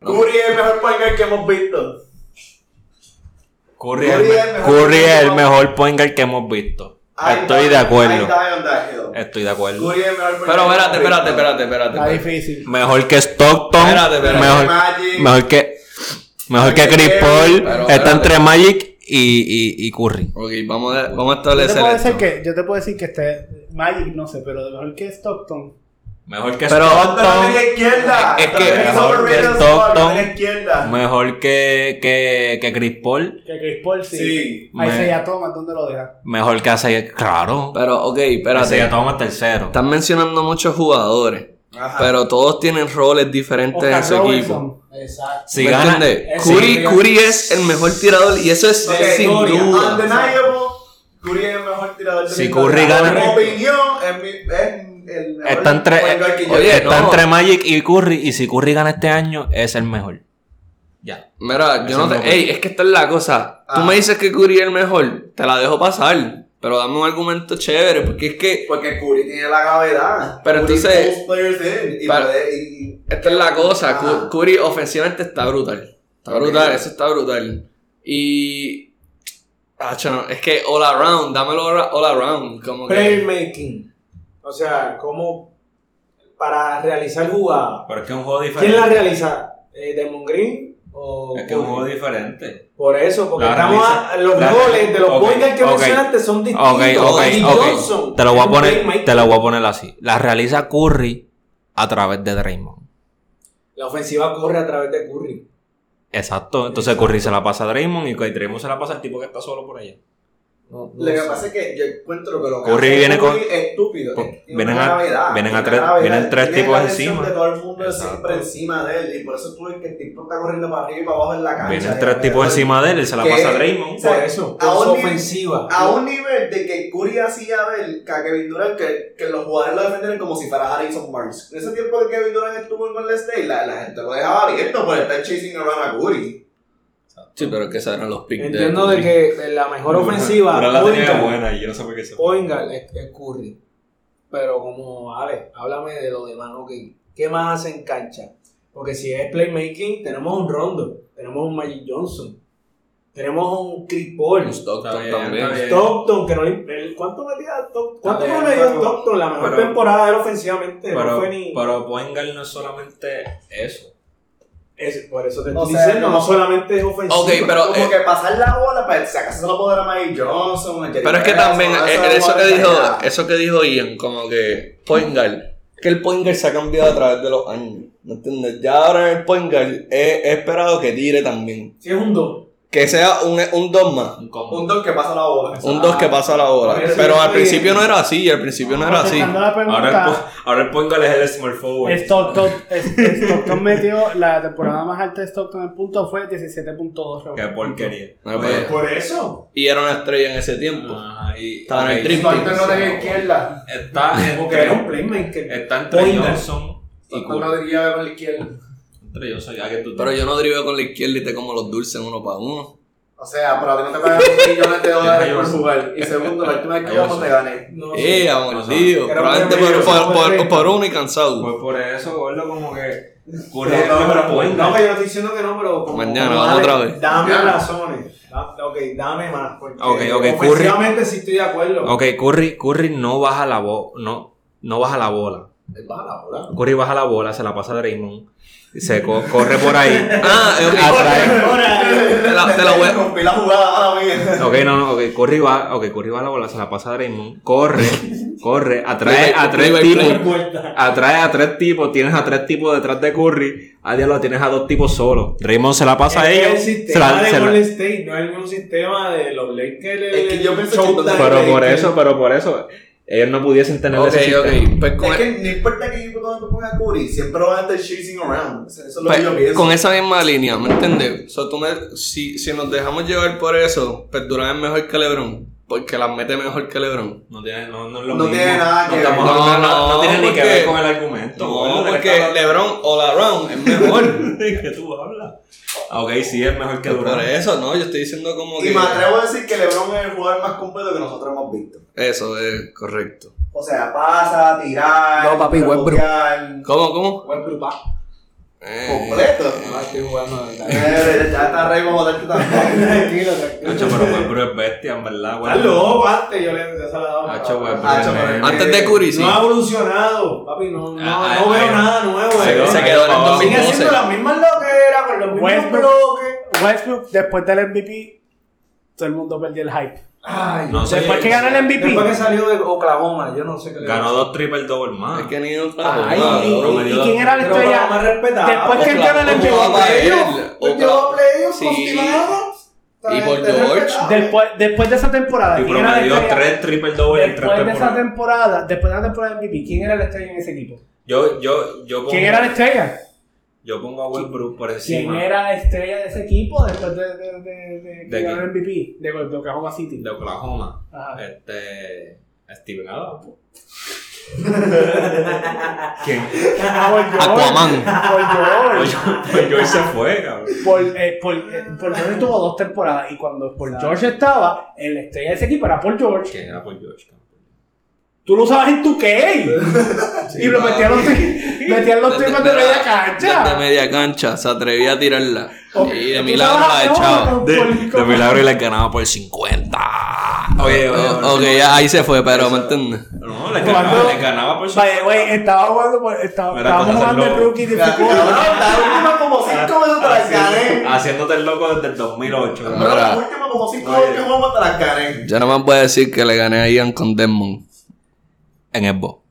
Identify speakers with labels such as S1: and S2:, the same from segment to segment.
S1: es el mejor point guard que hemos visto.
S2: Curry es el me- Curry es el mejor point guard que hemos visto. Estoy de acuerdo.
S1: Estoy
S2: Estoy de acuerdo.
S1: Curry es el mejor point
S3: Pero
S1: guard
S3: espérate,
S1: que hemos visto.
S3: espérate, espérate, espérate.
S4: Está
S3: espérate.
S4: difícil.
S2: Mejor que Stockton.
S3: Espérate, espérate.
S2: Mejor,
S1: Magic.
S2: mejor que. Mejor que
S1: Pero
S2: Chris Paul.
S3: espérate.
S2: Está entre Magic y, y, y Curry.
S3: Ok, vamos a, vamos a
S4: Yo te,
S3: establecer
S4: puedo
S3: esto.
S4: decir que, yo te puedo decir que este Magic, no sé, pero mejor que Stockton.
S2: Mejor que
S3: Pero-
S1: Anthony de la izquierda.
S2: Es que-
S1: Anthony
S2: mejor
S1: overrated
S2: que
S1: as fuck,
S2: Stockton.
S1: de la izquierda.
S2: Mejor que, que, que Chris Paul.
S4: Que Chris Paul sí.
S1: Sí.
S4: Ahí
S2: Me-
S4: se ya toma, ¿dónde lo deja?
S2: Mejor que hace. Claro.
S3: Pero, ok,
S2: Hace ya
S3: espérate.
S2: toma tercero.
S3: Están mencionando muchos jugadores.
S1: Ajá.
S3: Pero todos tienen roles diferentes en su equipo.
S4: Exacto.
S2: Si
S3: ¿Me
S2: gana.
S3: entiendes?
S4: Sí.
S3: Curry, Curry es el mejor tirador y eso es
S1: Ok,
S3: sin
S1: Curry,
S3: duda.
S1: Undeniable. Curry es el mejor tirador del
S2: Si
S1: mundo.
S2: Curry gana-
S1: En mi opinión, es mi- es el mejor
S2: Está entre-
S1: point guard que yo-
S3: Oye,
S2: Está
S3: no.
S2: entre Magic y Curry. Y si Curry gana este año, es el mejor. Ya.
S3: Mira, yo
S2: Eso
S3: no
S2: no
S3: te.
S2: puede.
S3: Ey, es que esta es la cosa. Tú
S1: Ah.
S3: me dices que Curry es el mejor, te la dejo pasar. Pero dame un argumento chévere, porque es que.
S1: Porque Curry tiene la gravedad.
S3: Pero
S1: Curry
S3: entonces-
S1: pulls players in y
S3: Pero-
S1: puede- y-
S3: Esta es la cosa. Cu-
S1: Ah.
S3: Curry ofensivamente está brutal. Está brutal,
S1: Ok.
S3: eso está brutal. Y. Acho, no, es que all around, dámelo all all around. Como que.
S5: Playmaking. O sea, como para realizar jugadas.
S2: Pero es que es un juego
S5: ¿Quién la realiza? ¿Eh, ¿Demon Green? O Curry?
S2: diferente.
S5: Por eso, porque
S2: La
S5: estamos
S2: realiza-
S5: a- los
S2: la-
S5: roles de los
S2: ok,
S5: point guard que
S2: ok.
S5: mencionaste son
S2: Ok,
S5: distintos.
S2: ok,
S5: Eddie
S2: ok.
S5: Johnson
S2: Te lo voy
S5: es
S2: a
S5: un
S2: poner,
S5: playmaker.
S2: te lo voy a poner así. La realiza Curry a través de Draymond.
S5: La ofensiva corre a través de Curry.
S2: Exacto. Entonces Curry se la pasa a Draymond y Draymond se la pasa al tipo que está solo por allá.
S5: No, no
S1: Lo que
S5: sé.
S1: pasa es que yo encuentro que lo que
S2: Curry
S1: hace
S2: viene con-
S1: es estúpido.
S2: con-
S1: tiene
S2: vienen
S1: una
S2: a-
S1: gravedad,
S2: vienen a
S1: tiene
S2: tres-
S1: una gravedad,
S2: vienen tres
S1: tiene
S2: tipos
S1: la atención
S2: encima.
S1: de todo el mundo es
S2: Exacto.
S1: siempre encima de él. Y por eso tú ves que el tipo está corriendo para arriba y para abajo en
S5: Ah,
S1: la cancha.
S2: Vienen
S1: Y
S2: tres
S1: alrededor-
S2: tipos encima de él, él se la
S1: ¿Qué?
S2: pasa a Draymond.
S1: sea,
S5: Por eso,
S1: a
S5: por
S1: un
S5: su
S1: nivel-
S5: ofensiva.
S1: A un nivel de que Curry hacía ver que a Kevin Durant que, que los jugadores lo defendieron como si fuera Harrison Barnes. En ese tiempo que Kevin Durant estuvo en Golden State, la, la gente lo dejaba abierto por estar chasing around a Curry.
S3: Sí, pero que esos eran los picks
S5: Entiendo de que de la mejor ofensiva point guard,
S2: y yo no sé por qué se
S5: point guard es, es Curry. Pero como, Ale, háblame de lo demás, ok. ¿Qué más hace en cancha? Porque si es playmaking, tenemos un Rondo, tenemos un Magic Johnson, tenemos un Chris Paul,
S3: Stockton
S2: Está bien,
S3: también.
S2: está bien.
S5: Stockton, que no le- el- ¿Cuánto metía Stockton?
S2: Está
S5: ¿Cuánto
S2: bien,
S5: promedió
S2: pero-
S5: Stockton? La mejor
S2: pero-
S5: temporada era ofensivamente, no fue ni...
S2: pero point guard no es solamente eso.
S5: Es- por eso te
S1: O
S5: estoy
S1: sea,
S5: diciendo,
S1: no-
S5: no solamente es ofensiva.
S3: Ok, pero.
S1: Como
S3: eh,
S1: que pasar la bola para si acaso se lo podrá Magic Johnson. a Jerry
S3: Pero es que
S1: West,
S3: también,
S1: a
S3: eh,
S1: esos
S3: eh, eso que
S1: jugadores
S3: dijo,
S1: de allá.
S3: eso que dijo Ian, como que point guard, que el point guard se ha cambiado a través de los años, ¿me entiendes? Ya ahora el point guard he, he esperado que tire también,
S5: Si es un 2.
S3: que sea un, un dos más,
S1: Un don que pasa la bola.
S3: un dos que pasa la bola,
S5: Ah. Pero Ah, eso
S3: pero
S5: yo
S3: al
S5: estoy-
S3: principio no era así, al principio no era
S5: pues,
S3: así.
S4: Contestando la pregunta,
S2: ahora el point guard es el small forward.
S4: Stockton, es- Stockton metió la temporada más alta de Stockton en punto fue 17.2 rebotes.
S3: No, pues,
S5: Por eso.
S3: y era una estrella en ese tiempo.
S2: Ajá, y-
S3: Estaba en el
S1: Ah,
S2: ok,
S3: triple.
S1: Stockton no tenía izquierda.
S2: Está
S5: Porque era un
S2: entre,
S5: playmaker.
S2: está entre
S5: Point guard.
S2: Johnson y
S1: Stockton no
S2: Curry.
S1: diría con la izquierda.
S2: Entre Johnson, ya que tú
S3: Pero yo no driveo con la izquierda y te como los dulces uno para uno.
S1: O sea, pero a ti no te pagan un millón de dólares por
S2: Ayuso.
S1: jugar. Y segundo, la última vez que vamos
S2: Ayuso.
S1: te gané.
S5: No
S3: ¡Eh,
S5: sé.
S3: mordido!
S5: Era
S3: Probablemente
S5: un
S3: por, por, por-
S5: remedio,
S3: por uno y cansado.
S2: Pues por eso, gordo, como que.
S5: No,
S2: Curry es el
S5: no,
S2: mejor
S5: pero-
S2: point
S5: no,
S2: guard.
S5: que yo no estoy diciendo que no, pero. como-
S3: Mañana,
S5: como,
S3: otra
S5: dale,
S3: vez.
S5: Dame
S1: Mañana.
S5: razones. Da- ok, dame más. Porque
S2: Ok, ok, Curry.
S5: Ofensivamente sí estoy de acuerdo.
S2: Ok, Curry, Curry no baja la bo- no, no baja la bola.
S5: Es bala, bola.
S2: Curry baja la bola, se la pasa a Draymond, se co- corre por ahí.
S3: Ah, eh, ok.
S2: atrae-
S3: Te la, te la voy a-
S1: Rompí la jugada ahora mismo.
S2: Ok, no, no, ok, Curry va, ok, Curry baja la bola, se la pasa a Draymond, corre, corre, atrae a tres
S3: Play by play.
S2: tipos, atrae a tres tipos, tienes a tres tipos detrás de Curry, a diablo tienes a dos tipos solos. Draymond se la pasa a
S5: Es que
S2: ellos,
S5: El
S2: se
S5: sistema
S2: la,
S5: de
S2: se la-
S5: Golden State no es el mismo sistema de los Lakers.
S1: Es que yo pienso que
S5: Showtime,
S1: entonces-
S2: pero por
S5: Lakers.
S2: eso, pero por eso, ellos no pudiesen tener
S3: Ok,
S2: ese sistema.
S3: ok. Pues con,
S1: Es que no importa qué equipo donde tú pongas a Curry, siempre van a estar chasing around. O sea, Eso es lo que yo
S3: pues,
S1: pienso.
S3: con esa misma línea, ¿me entiendes? O sea, tú me- si, si nos dejamos llevar por eso, pues Durán es mejor que Lebron, porque las mete mejor que Lebron.
S2: No tiene, no, no es lo
S1: No
S2: mismo.
S1: tiene nada que ver.
S2: estamos
S3: No,
S2: hablando-
S3: no,
S2: tiene ni que
S3: porque-
S2: ver con el argumento.
S3: No,
S2: boludo,
S3: porque Lebron all around es mejor.
S2: ¿De qué tú hablas? Ah, Ok, sí, es mejor que
S3: por
S2: Durant.
S3: eso, ¿no? Yo estoy diciendo como
S1: Y
S3: que...
S1: me atrevo a decir que LeBron es el jugador más completo que nosotros hemos visto.
S3: Eso es correcto.
S1: O sea, pasa, tirar.
S4: No, papi, Westbrook.
S1: rebotear.
S3: ¿Cómo, cómo?
S1: Westbrook va
S3: Eh,
S1: completo.
S5: Ah, estoy jugando. de verdad.
S1: Eh, ya está rey, vamos a darte también.
S5: Tranquilo, tranquilo.
S2: Hacho, pero Westbrook es bestia, en verdad,
S5: Está
S2: Westbrook.
S5: loco, antes yo le yo se la daba.
S2: Hacho,
S3: pues,
S2: Westbrook.
S1: Hacho,
S2: es
S1: pero-
S2: nene.
S1: Ah,
S3: Antes de Curry, sí.
S5: No ha evolucionado, papi, no, no,
S2: Ah,
S5: no
S2: ah,
S5: veo
S2: ah,
S5: nada nuevo.
S2: se-
S5: eh.
S2: se quedó en el
S5: Pero Sigue
S3: 2012.
S5: haciendo las mismas loqueras, con los mismos
S4: Westbrook.
S5: bloques.
S4: Westbrook, después del MVP, todo el mundo perdió el hype.
S5: Ay,
S2: No sé.
S4: Después que ganó el MVP,
S5: Después que salió de Oklahoma, yo no sé qué le
S2: Ganó dos triple double más.
S3: Es que ni un
S5: Ay,
S3: cabrón.
S4: ¿y quién era la
S5: Pero
S4: estrella?
S5: Oklahoma es respetable.
S4: Después que él
S3: Oklahoma-
S4: gana el MVP.
S3: Oklahoma es-
S5: Pues llevó a playoffs con
S3: Sí.
S5: Steve Adams.
S3: Y por
S5: Este,
S3: George.
S5: respetable.
S4: Después, después de esa temporada,
S2: Y
S4: ¿quién era la
S2: promedió
S4: estrella?
S2: tres triple double en tres
S4: Después de esa
S2: temporadas.
S4: temporada, después de la temporada del MVP, ¿quién era la estrella en ese equipo?
S2: Yo, yo, yo pongo,
S4: ¿Quién era la estrella?
S2: yo pongo a Westbrook por
S4: ¿Quién
S2: encima
S4: era la estrella de ese equipo después de, de, de, de,
S2: ¿De
S4: que ganó
S2: quién?
S4: el MVP? De, de Oklahoma City.
S2: de Oklahoma.
S4: Ajá.
S2: Este. Steven Adams.
S4: Ah, Por George,
S3: Aquaman.
S4: Por George.
S2: Pues George se fue, cabrón.
S4: Por, eh, por, eh, por George tuvo dos temporadas y cuando por George estaba, el estrella de ese equipo era por George.
S2: ¿Quién era por George, cabrón?
S4: Tú lo usabas en tu K. y lo metían los, tri- metían los
S3: Desde-
S4: triples de
S3: desde-
S4: media cancha.
S3: Desde media cancha se atrevía a tirarla.
S4: Ok.
S3: Y de
S4: Tú
S3: milagro la
S4: estabas- no,
S3: echaba.
S4: no, por-
S3: De milagro y la ganaba por 50.
S2: Oye, oye,
S3: O-
S2: oye.
S3: Ok, ya ahí se fue, pero ¿me entiendes?
S2: No, le
S4: Jugando-
S2: ganaba, le ganaba por su.
S4: By the way, estaba jugando, por- estaba,
S2: Mira,
S4: estábamos
S2: cosas
S4: jugando el
S2: locas.
S4: rookie de
S1: Cabrón,
S4: fútbol.
S1: la última como 5 veces te las gané.
S2: Haciéndote el loco desde el 2008. cabrón.
S1: Cabrón, La última como 5
S2: Oye.
S1: veces que jugamos te las gané.
S3: Yo nomás voy a decir que le gané a Ian con Desmond en Esbo.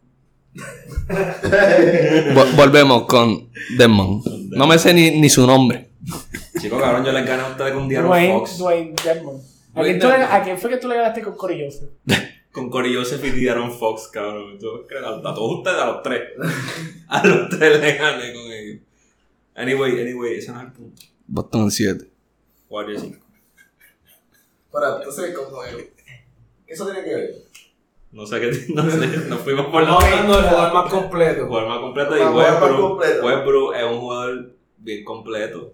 S3: volvemos con Desmond. No me sé ni, ni su nombre.
S2: Chico, cabrón, yo le gané a ustedes con Diaron
S4: Dwayne,
S2: Fox.
S4: Dwayne Desmond. ¿A
S3: Dwayne
S4: quién, tú le-
S3: Desmond.
S4: a quién fue que tú le ganaste con Corey Joseph?
S2: Con Corey Joseph y Diaron Fox, cabrón. Yo creo que a, a todos ustedes, a los tres. A los tres le gané con ellos. Anyway, anyway, ese no es el punto.
S3: Boston 7.
S2: Warrior 5.
S1: Pero entonces, como él. Eso tiene que ver.
S2: No sé qué. No sé, nos fuimos por la
S5: Estamos hablando del jugador más
S2: El
S5: completo.
S2: jugador más completo y
S1: El jugador más
S2: Westbrook.
S1: completo.
S2: Westbrook es un jugador bien completo.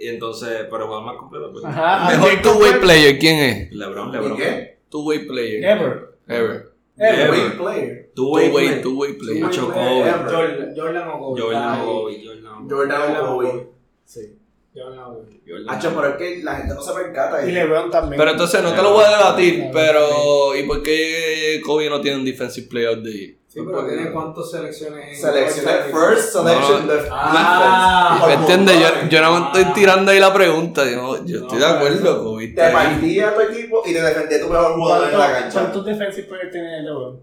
S2: Y entonces, pero el jugador más completo, pues.
S4: Ajá.
S3: Mejor two-way player, ¿quién es?
S2: Lebron,
S1: ¿Y
S2: Lebron.
S1: qué?
S3: Two-way player.
S4: Ever.
S3: Ever.
S2: Ever.
S1: Wing player.
S2: Two-way,
S3: Two-way,
S2: play.
S3: two-way player.
S2: Macho
S5: este,
S1: Two-way
S2: Kobe.
S1: player.
S5: Jordan, Jordan o Kobe.
S2: Jordan
S5: Ay,
S2: Kobe, Jordan Kobe.
S1: Jordan
S5: Jordan
S1: o Kobe.
S5: Sí, Jordan o Kobe.
S2: Jordan
S1: Hacho, pero es que la gente no se percata.
S4: Y
S1: Y
S4: LeBron también.
S3: Pero entonces no te lo voy a debatir, pero ¿y por qué Kobe no tiene un defensive player of the year?
S5: Sí, pero tiene cuántas selecciones. en-
S1: Seleccioné first, selection
S3: No,
S1: the
S5: Ah.
S3: ¿Me entiendes? Yo,
S1: Por
S3: yo no me estoy tirando ahí la pregunta. Yo, yo estoy de acuerdo, Kobe.
S1: Te
S3: está ahí.
S1: partía a tu equipo y te defendía tu mejor jugador en la cancha.
S4: ¿Cuántos defensive players tiene LeBron?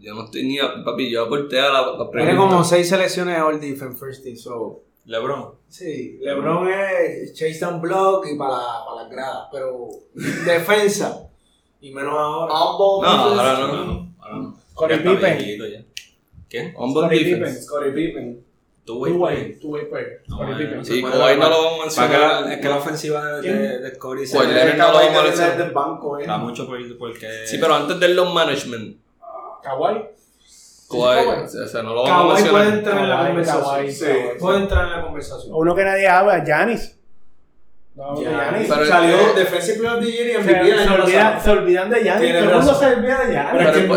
S3: Yo no estoy ni a, papi, yo aporté a la, la pregunta.
S5: Tiene como seis selecciones All Defense First Team, so.
S2: Lebron.
S5: Sí, LeBron es chase and block y para, para las gradas, pero defensa. Y menos ahora.
S1: Ambos.
S3: No, ahora
S2: No,
S3: no.
S2: no, ahora no.
S4: Corey
S2: Ya está
S4: Pippen.
S2: viejito ya. ¿Quién?
S3: Humble
S4: Scottie
S3: defense.
S5: Scottie Pippen.
S2: Two-way play.
S4: Two-way, two-way player.
S2: No,
S4: Corey
S2: eh,
S4: Pippen.
S2: sé
S3: Sí,
S2: cuál
S3: Kawhi
S2: era
S3: no
S2: la-
S3: lo vamos a
S2: Para que la-
S3: mencionar.
S2: Es que la ofensiva de, de, de Corey se
S3: Pues,
S2: le
S3: Leonard no lo vamos a mencionar.
S1: del banco, eh.
S2: da mucho por- porque.
S3: Sí, pero antes del loan management.
S4: Kawhi.
S3: Kawhi,
S4: Kawhi.
S3: o sea, no lo vamos a
S5: Kawhi puede
S3: mencionar.
S5: entrar en la
S4: Kawhi,
S5: conversación.
S4: Kawhi,
S5: Sí,
S4: Kawhi.
S5: Puede entrar en la conversación.
S4: Uno que nadie habla, Giannis. No,
S5: Giannis.
S4: Giannis.
S3: Pero-
S5: Salió Defensive Player of the Year y
S4: Se,
S5: MVP el
S4: se
S5: año
S4: olvida-
S5: pasado.
S4: se olvidan de Giannis.
S5: Tiene
S4: Todo el mundo
S5: razón.
S4: se olvida de
S5: Pero
S4: Giannis.
S5: es que es
S3: Pero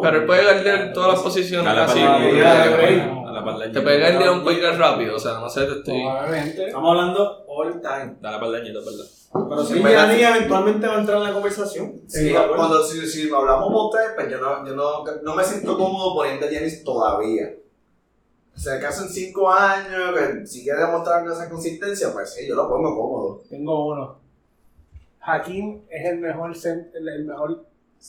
S3: Pero pues- él puede guardiar en todas las posiciones
S2: A la
S3: casi.
S2: par-
S5: ya,
S2: a la
S5: güey.
S2: par- a la par del
S3: Te
S2: Jimmy.
S3: puede guardiar un poquito rápido, o sea, no sé, te estoy...
S4: Probablemente.
S5: Estamos hablando all time.
S2: Da la par de año, da la
S5: Pero si
S1: En verdad,
S5: Gianni eventualmente va a entrar en la conversación.
S1: Sí,
S5: Sí,
S1: cuando, cuando- si, si hablamos con ustedes, pues yo no, yo no, no me siento cómodo poniendo a Giannis todavía. O sea, que hacen 5 años, que si quiere demostrarme esa consistencia, pues sí, yo lo pongo cómodo.
S4: Tengo uno. Hakim es el mejor, cent- el, el mejor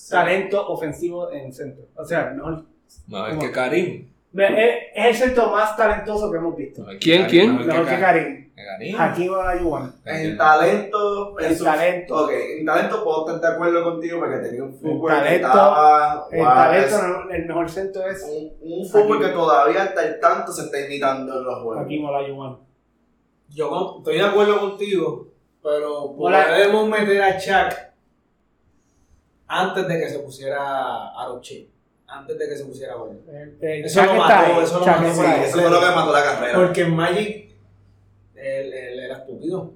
S4: talento ofensivo en centro. O sea, el mejor.
S2: Mejor que Karim.
S4: Es, es el centro más talentoso que hemos visto.
S3: ¿Quién, quién?
S4: Mejor que Karim.
S2: Karim.
S4: Hakim Olajuwon.
S1: En talento, en
S4: El
S1: su-
S4: talento.
S1: Ok, en talento puedo estar de acuerdo contigo porque tenía un fútbol que
S4: talento-
S1: estaba.
S4: El
S1: wow,
S4: talento,
S1: es
S4: no, el mejor centro es
S1: un, un fútbol
S4: Aquí.
S1: que todavía hasta el tanto se está imitando en los juegos.
S4: Joaquín Olajuwon.
S5: Yo con- estoy de acuerdo contigo, pero
S4: Hola.
S5: podemos meter a Chuck antes de que se pusiera a Roche, antes de que se pusiera a Gordon.
S4: Eh, eh,
S5: Eso
S4: Shaq
S5: lo
S4: está
S5: mató,
S4: ahí,
S5: eso lo
S4: Shaq
S5: mató
S4: está
S5: por
S1: Sí,
S4: ahí.
S5: ahí.
S1: eso fue lo que mató la carrera.
S5: Porque en Magic él, él era estúpido.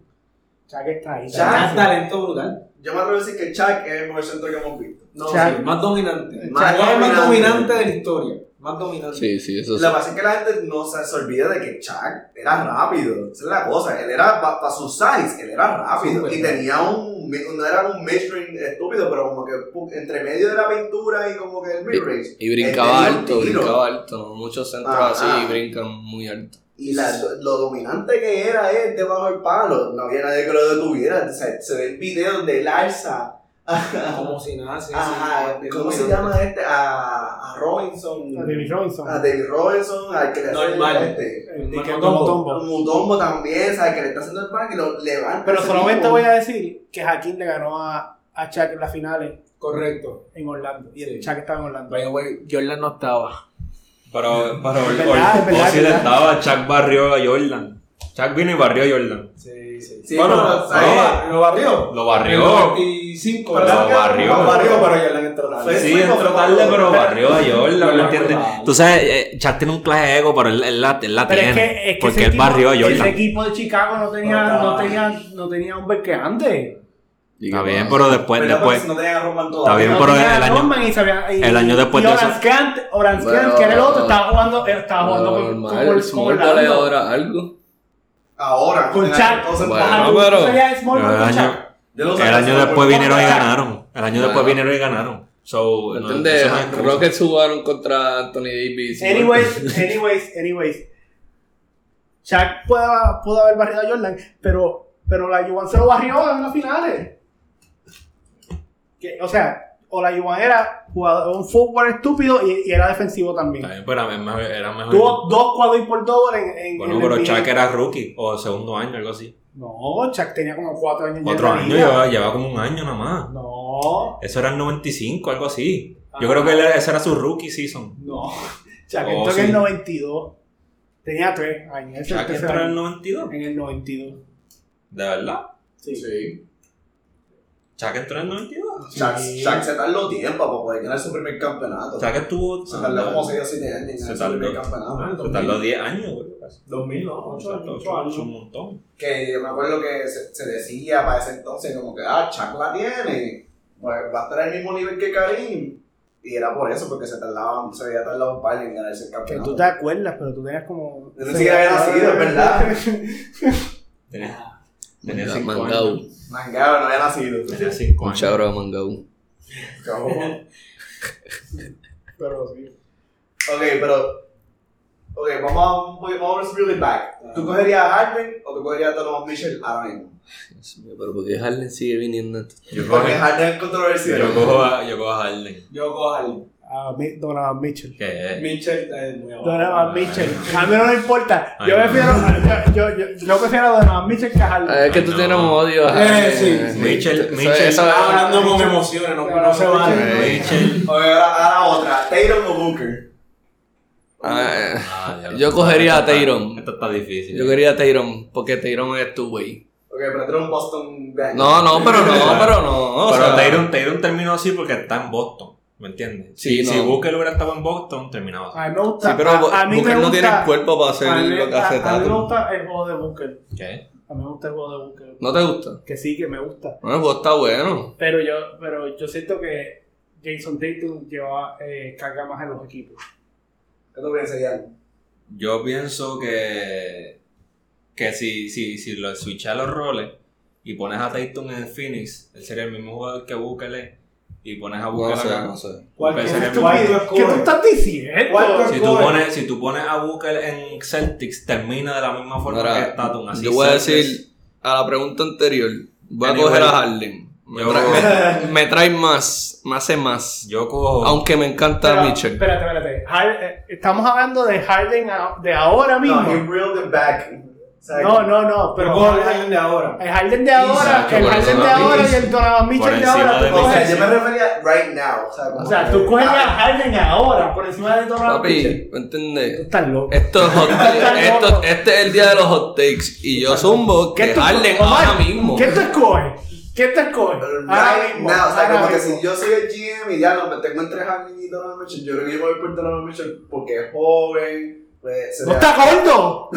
S4: Shaq está ahí.
S1: Shaq.
S5: Tenía
S4: Shaq.
S5: un talento brutal.
S1: Yo me atrevo a decir que Chuck es el mejor centro que hemos visto.
S5: No,
S4: Chuck.
S5: sí, más dominante.
S1: Más
S5: Más, más
S1: dominante.
S5: dominante de la historia. más dominante.
S3: Sí, sí, eso sí.
S1: Lo que pasa es que la gente no se, se olvida de que Chuck era rápido. Esa es la cosa. Él era, para su size, él era rápido.
S5: Súper
S1: y tenía un, mi- no era un midrange estúpido, pero como que pu- entre medio de la pintura y como que el midrange.
S3: Y brincaba
S1: Él tenía Este un
S3: alto,
S1: tiro.
S3: brincaba alto. ¿no? Muchos centros
S1: Ajá.
S3: así brincan muy alto.
S1: Y la- lo, lo dominante que era él debajo del palo. No había nadie que lo detuviera. O sea, se ve el video donde él alza.
S5: Como si nada. sí, sí,
S1: Ajá,
S5: sí,
S1: ¿cómo
S5: sí,
S1: se
S5: sí.
S1: llama este? A, a Robinson.
S5: Ah,
S4: A David Robinson.
S1: A David Robinson, al que le hace
S5: Normal.
S1: este.
S4: El
S5: Macotombo.
S4: Ticket Macotombo.
S1: Mutombo también, ¿sabes? Que le está haciendo el pan y lo levanta.
S4: Pero
S1: ese
S4: solamente
S1: tipo.
S4: voy a decir que Jaquín le ganó a, a Chuck en las finales
S5: Correcto.
S4: en Orlando. Y el
S5: Sí.
S4: Chuck estaba en Orlando.
S5: By the way, Jordan no estaba.
S2: Pero, pero
S4: Es verdad, es verdad,
S2: Ozzy
S4: es verdad.
S2: estaba, Chuck barrió a Jordan. Chuck vino y barrió a Jordan.
S5: Sí, sí.
S1: Sí,
S2: Bueno,
S1: pero,
S2: no,
S1: ¿sabes?
S5: Ah, ¿Lo
S2: Lo
S5: barrió? En el
S2: barrió.
S5: 95,
S1: Pero
S5: ¿verdad?
S2: lo barrió.
S5: Lo barrió, pero Jordan entró
S1: Fue-
S5: tarde.
S2: Sí,
S1: muy
S2: entró
S1: confortable.
S2: tarde, pero barrió a
S5: No,
S2: Jordan, ¿me
S5: no,
S2: entiendes?
S5: no.
S2: Tú sabes, eh, Chuck tiene un clase de ego, pero él, él la, él la
S4: Pero
S2: tiene.
S4: es que, es que
S2: porque
S4: ese
S2: él
S4: equipo-
S2: barrió a
S4: Ese
S2: Jordan.
S4: equipo de Chicago no tenía,
S1: No,
S4: no
S1: no.
S4: tenía, no tenía hombre que antes.
S2: Está bien, pero después,
S1: Pero
S2: después.
S1: pues, no tenían a Roman
S2: Está bien,
S4: No
S2: pero
S4: tenía
S2: el año-
S4: Norman y sabía- y-
S2: el año después
S4: y
S2: de eso-
S4: Oranskant, Oranskant,
S3: Bueno,
S4: que era el otro,
S3: no.
S4: estaba jugando, eh, estaba jugando con- con,
S3: normal, el
S4: con
S3: small
S4: Orlando.
S3: ball es ahora algo.
S1: Ahora.
S4: Con
S1: en la-
S4: Chuck.
S1: entonces,
S3: Bueno.
S1: ajá,
S4: Ajá,
S3: No,
S4: tú
S3: pero-
S4: sabías small ball
S2: el
S4: con
S2: año-
S4: Chuck.
S1: yo lo
S2: El
S1: saqué,
S2: año
S1: se lo
S2: después
S1: volví a
S2: vinieron y
S1: sacar.
S2: ganaron. El año después
S3: Claro.
S2: vinieron y ganaron. So, no,
S3: ¿Entiendes?
S2: eso no es excusa.
S3: Rockets jugaron contra Anthony Davis.
S4: Anyways, anyways, anyways. Shaq pudo, pudo haber barrido a Jordan, pero, pero la Yuan se lo barrió en las finales. Que, o sea, o la Yuan era jugador, un fútbol estúpido y, y era defensivo
S2: Está
S4: también.
S2: bien, pero era mejor. Era mejor.
S4: Tuvo dos cuadros por doble en, en
S2: bueno,
S4: en
S2: pero
S4: el
S2: Chuck
S4: NBA.
S2: era rookie o segundo año, algo así.
S4: No, Shaq tenía como cuatro años. ya en
S2: Cuatro
S4: la
S2: años,
S4: liga.
S2: llevaba, llevaba como un año nada más.
S4: No,
S2: Eso era el 95, algo así. Yo
S4: Ah.
S2: creo que él era- ese era su rookie season.
S4: no. Shaq
S2: Oh,
S4: entró en el
S2: sí.
S4: 92. Tenía tres años. ese
S2: Chuck
S4: tercer
S2: entró en el
S4: año.
S2: 92.
S4: en el 92.
S2: ¿De verdad?
S1: Sí.
S2: Chuck entró en el 92.
S1: Chuck,
S4: Sí.
S1: Chuck se tardó tiempo para poder ganar su primer campeonato.
S2: Chuck estuvo.
S1: Se tardó como 6 o 7 años en
S2: Se
S1: ganar su
S2: tardó.
S1: primer
S5: Ah,
S1: campeonato.
S2: se tardó 10 años, güey. casi.
S5: 2000, no, ocho años,
S2: Exacto,
S5: ocho
S2: ocho-
S5: años.
S2: ocho, un montón.
S1: Que yo me acuerdo que se, se decía para ese entonces como que, ah, Chuck la tiene. Pues va a estar al mismo nivel que Karim. Y era por eso, porque se tardaban, se había tardado un par en ganarse el
S4: Que
S1: campeonato.
S4: tú te acuerdas, pero tú tenías como.
S1: Yo pensé que había nacido, es verdad.
S2: Tenía,
S5: Ah,
S2: tenía 5
S3: Mangau.
S2: años.
S1: Mangado, no había nacido.
S2: Tenía 5
S3: Un
S2: años.
S3: chabro de Mangau.
S1: Cabrón.
S4: Pero sí.
S1: Ok, pero. Ok, vamos a. Vamos really back.
S4: Ah.
S1: ¿Tú cogerías a Harden o tú cogerías a Donovan Mitchell ahora mismo?
S3: Dios mío, Pero ¿por qué Harden sigue viniendo?
S2: Yo cojo,
S1: Porque Harden es
S2: yo
S1: controversial.
S2: cojo a, yo cojo a Harden.
S5: Yo cojo al
S4: A mí, Ah, Donovan Mitchell.
S2: Que es.
S5: Mitchell eh, muy abajo.
S4: Donovan Mitchell. A mí no me importa.
S2: Ay,
S4: Yo
S2: no.
S4: prefiero. Yo, yo, yo, yo prefiero a Donovan Mitchell que a
S3: Ah,
S4: Harden.
S3: es que tú
S2: no.
S3: tienes un odio a
S5: Eh,
S3: Harden.
S5: sí, sí.
S2: Mitchell-
S3: Eso- Eh,
S2: Mitchell-
S3: eso-
S5: Estaba hablando con emociones, no, no se vale.
S2: Mitchell.
S1: Ok, ahora, ahora otra. Taylor o Booker.
S3: ah, eh.
S2: Ah, ya lo-
S3: Yo cogería a
S2: Esta está-
S3: Tatum.
S2: Esta está difícil.
S3: Yo quería a Tyron, porque Tyron es tu güey.
S1: Ok, pero tú eres un Boston de año.
S3: No, no, pero no, pero no. o
S2: Pero
S3: sea,
S2: Tatum, Tatum terminó así porque está en Boston. ¿Me entiendes?
S3: Sí,
S2: Si,
S3: no.
S2: si Booker hubiera estado en Boston, terminaba así.
S4: A mí me gusta.
S3: Sí, pero
S4: a, a mí
S3: Booker
S4: me
S3: no
S4: gusta,
S3: tiene el cuerpo para hacer
S4: a mí-
S3: lo que hace
S4: a, a mí me
S3: Tatum.
S4: gusta el juego de Booker.
S2: ¿Qué?
S4: A mí me gusta el juego de Booker.
S3: ¿No te gusta?
S4: Que sí, que me gusta.
S3: Bueno, el juego está bueno.
S4: Pero yo, pero yo siento que Jason Tatum lleva, eh, carga más en los equipos.
S1: ¿Qué tú piensas, Ian?
S2: Yo pienso que, que si, si, si lo switchas los roles y pones a Tatum en Phoenix, él sería el mismo jugador que Booker es, y pones a Booker
S3: No sé,
S2: acá.
S3: no sé.
S5: ¿Cuál
S2: Booker
S5: es
S2: sería el
S5: tu
S2: mismo.
S5: idea?
S4: ¿Qué tú estás diciendo?
S5: ¿Cuánto?
S2: Si tú,
S5: Booker.
S2: pones, si tú pones a Booker en Celtics, termina de la misma forma
S3: Mira,
S2: que Tatum. Así
S3: Yo voy a
S2: Celtics-
S3: decir a la pregunta anterior. Voy a
S2: Anyway.
S3: coger a Harden. Me,
S2: Yo-
S3: trae, me- me trae más, me hace más.
S2: Yo cojo.
S3: Aunque me encanta
S4: Pero,
S3: Mitchell.
S4: Espérate, espérate. Har- eh, estamos hablando de Harden a- de ahora mismo.
S1: No, you reeled it back. O sea,
S4: No, no, no,
S5: Pero
S4: pero
S5: cojo al Harden de ahora.
S4: el Harden de ahora,
S3: Sacho,
S4: el
S3: por
S4: Harden
S3: encima
S4: de
S3: de
S4: ahora y
S3: Mitchell.
S4: el Donovan Mitchell
S2: Por
S4: de
S2: encima
S4: ahora,
S2: de
S4: tú
S1: O sea,
S4: coges-
S1: yo me refería right now. O sea, como
S4: o sea,
S1: que-
S4: tú coges a
S1: Ah,
S4: Harden ahora por encima de Donovan
S3: Papi,
S4: Mitchell.
S3: eh, ¿me entiendes?
S4: Tú estás loco.
S3: Esto es hot
S4: Estás
S3: take.
S4: loco.
S3: Esto, este es el día de los hot takes. Y yo zumbo que
S4: tú-
S3: Harden
S4: Omar,
S3: ahora mismo.
S4: ¿Qué te escoges? ¿Qué te escoges? Ahora
S1: Right
S4: mismo,
S1: now, o sea,
S4: ahora
S1: como que
S4: mismo.
S1: si yo soy el GM y ya no me tengo entre Harden y Donovan Mitchell, yo creo que yo me voy por Donovan Mitchell porque es joven, pues, se
S4: ¡No
S1: le-
S4: está gordo!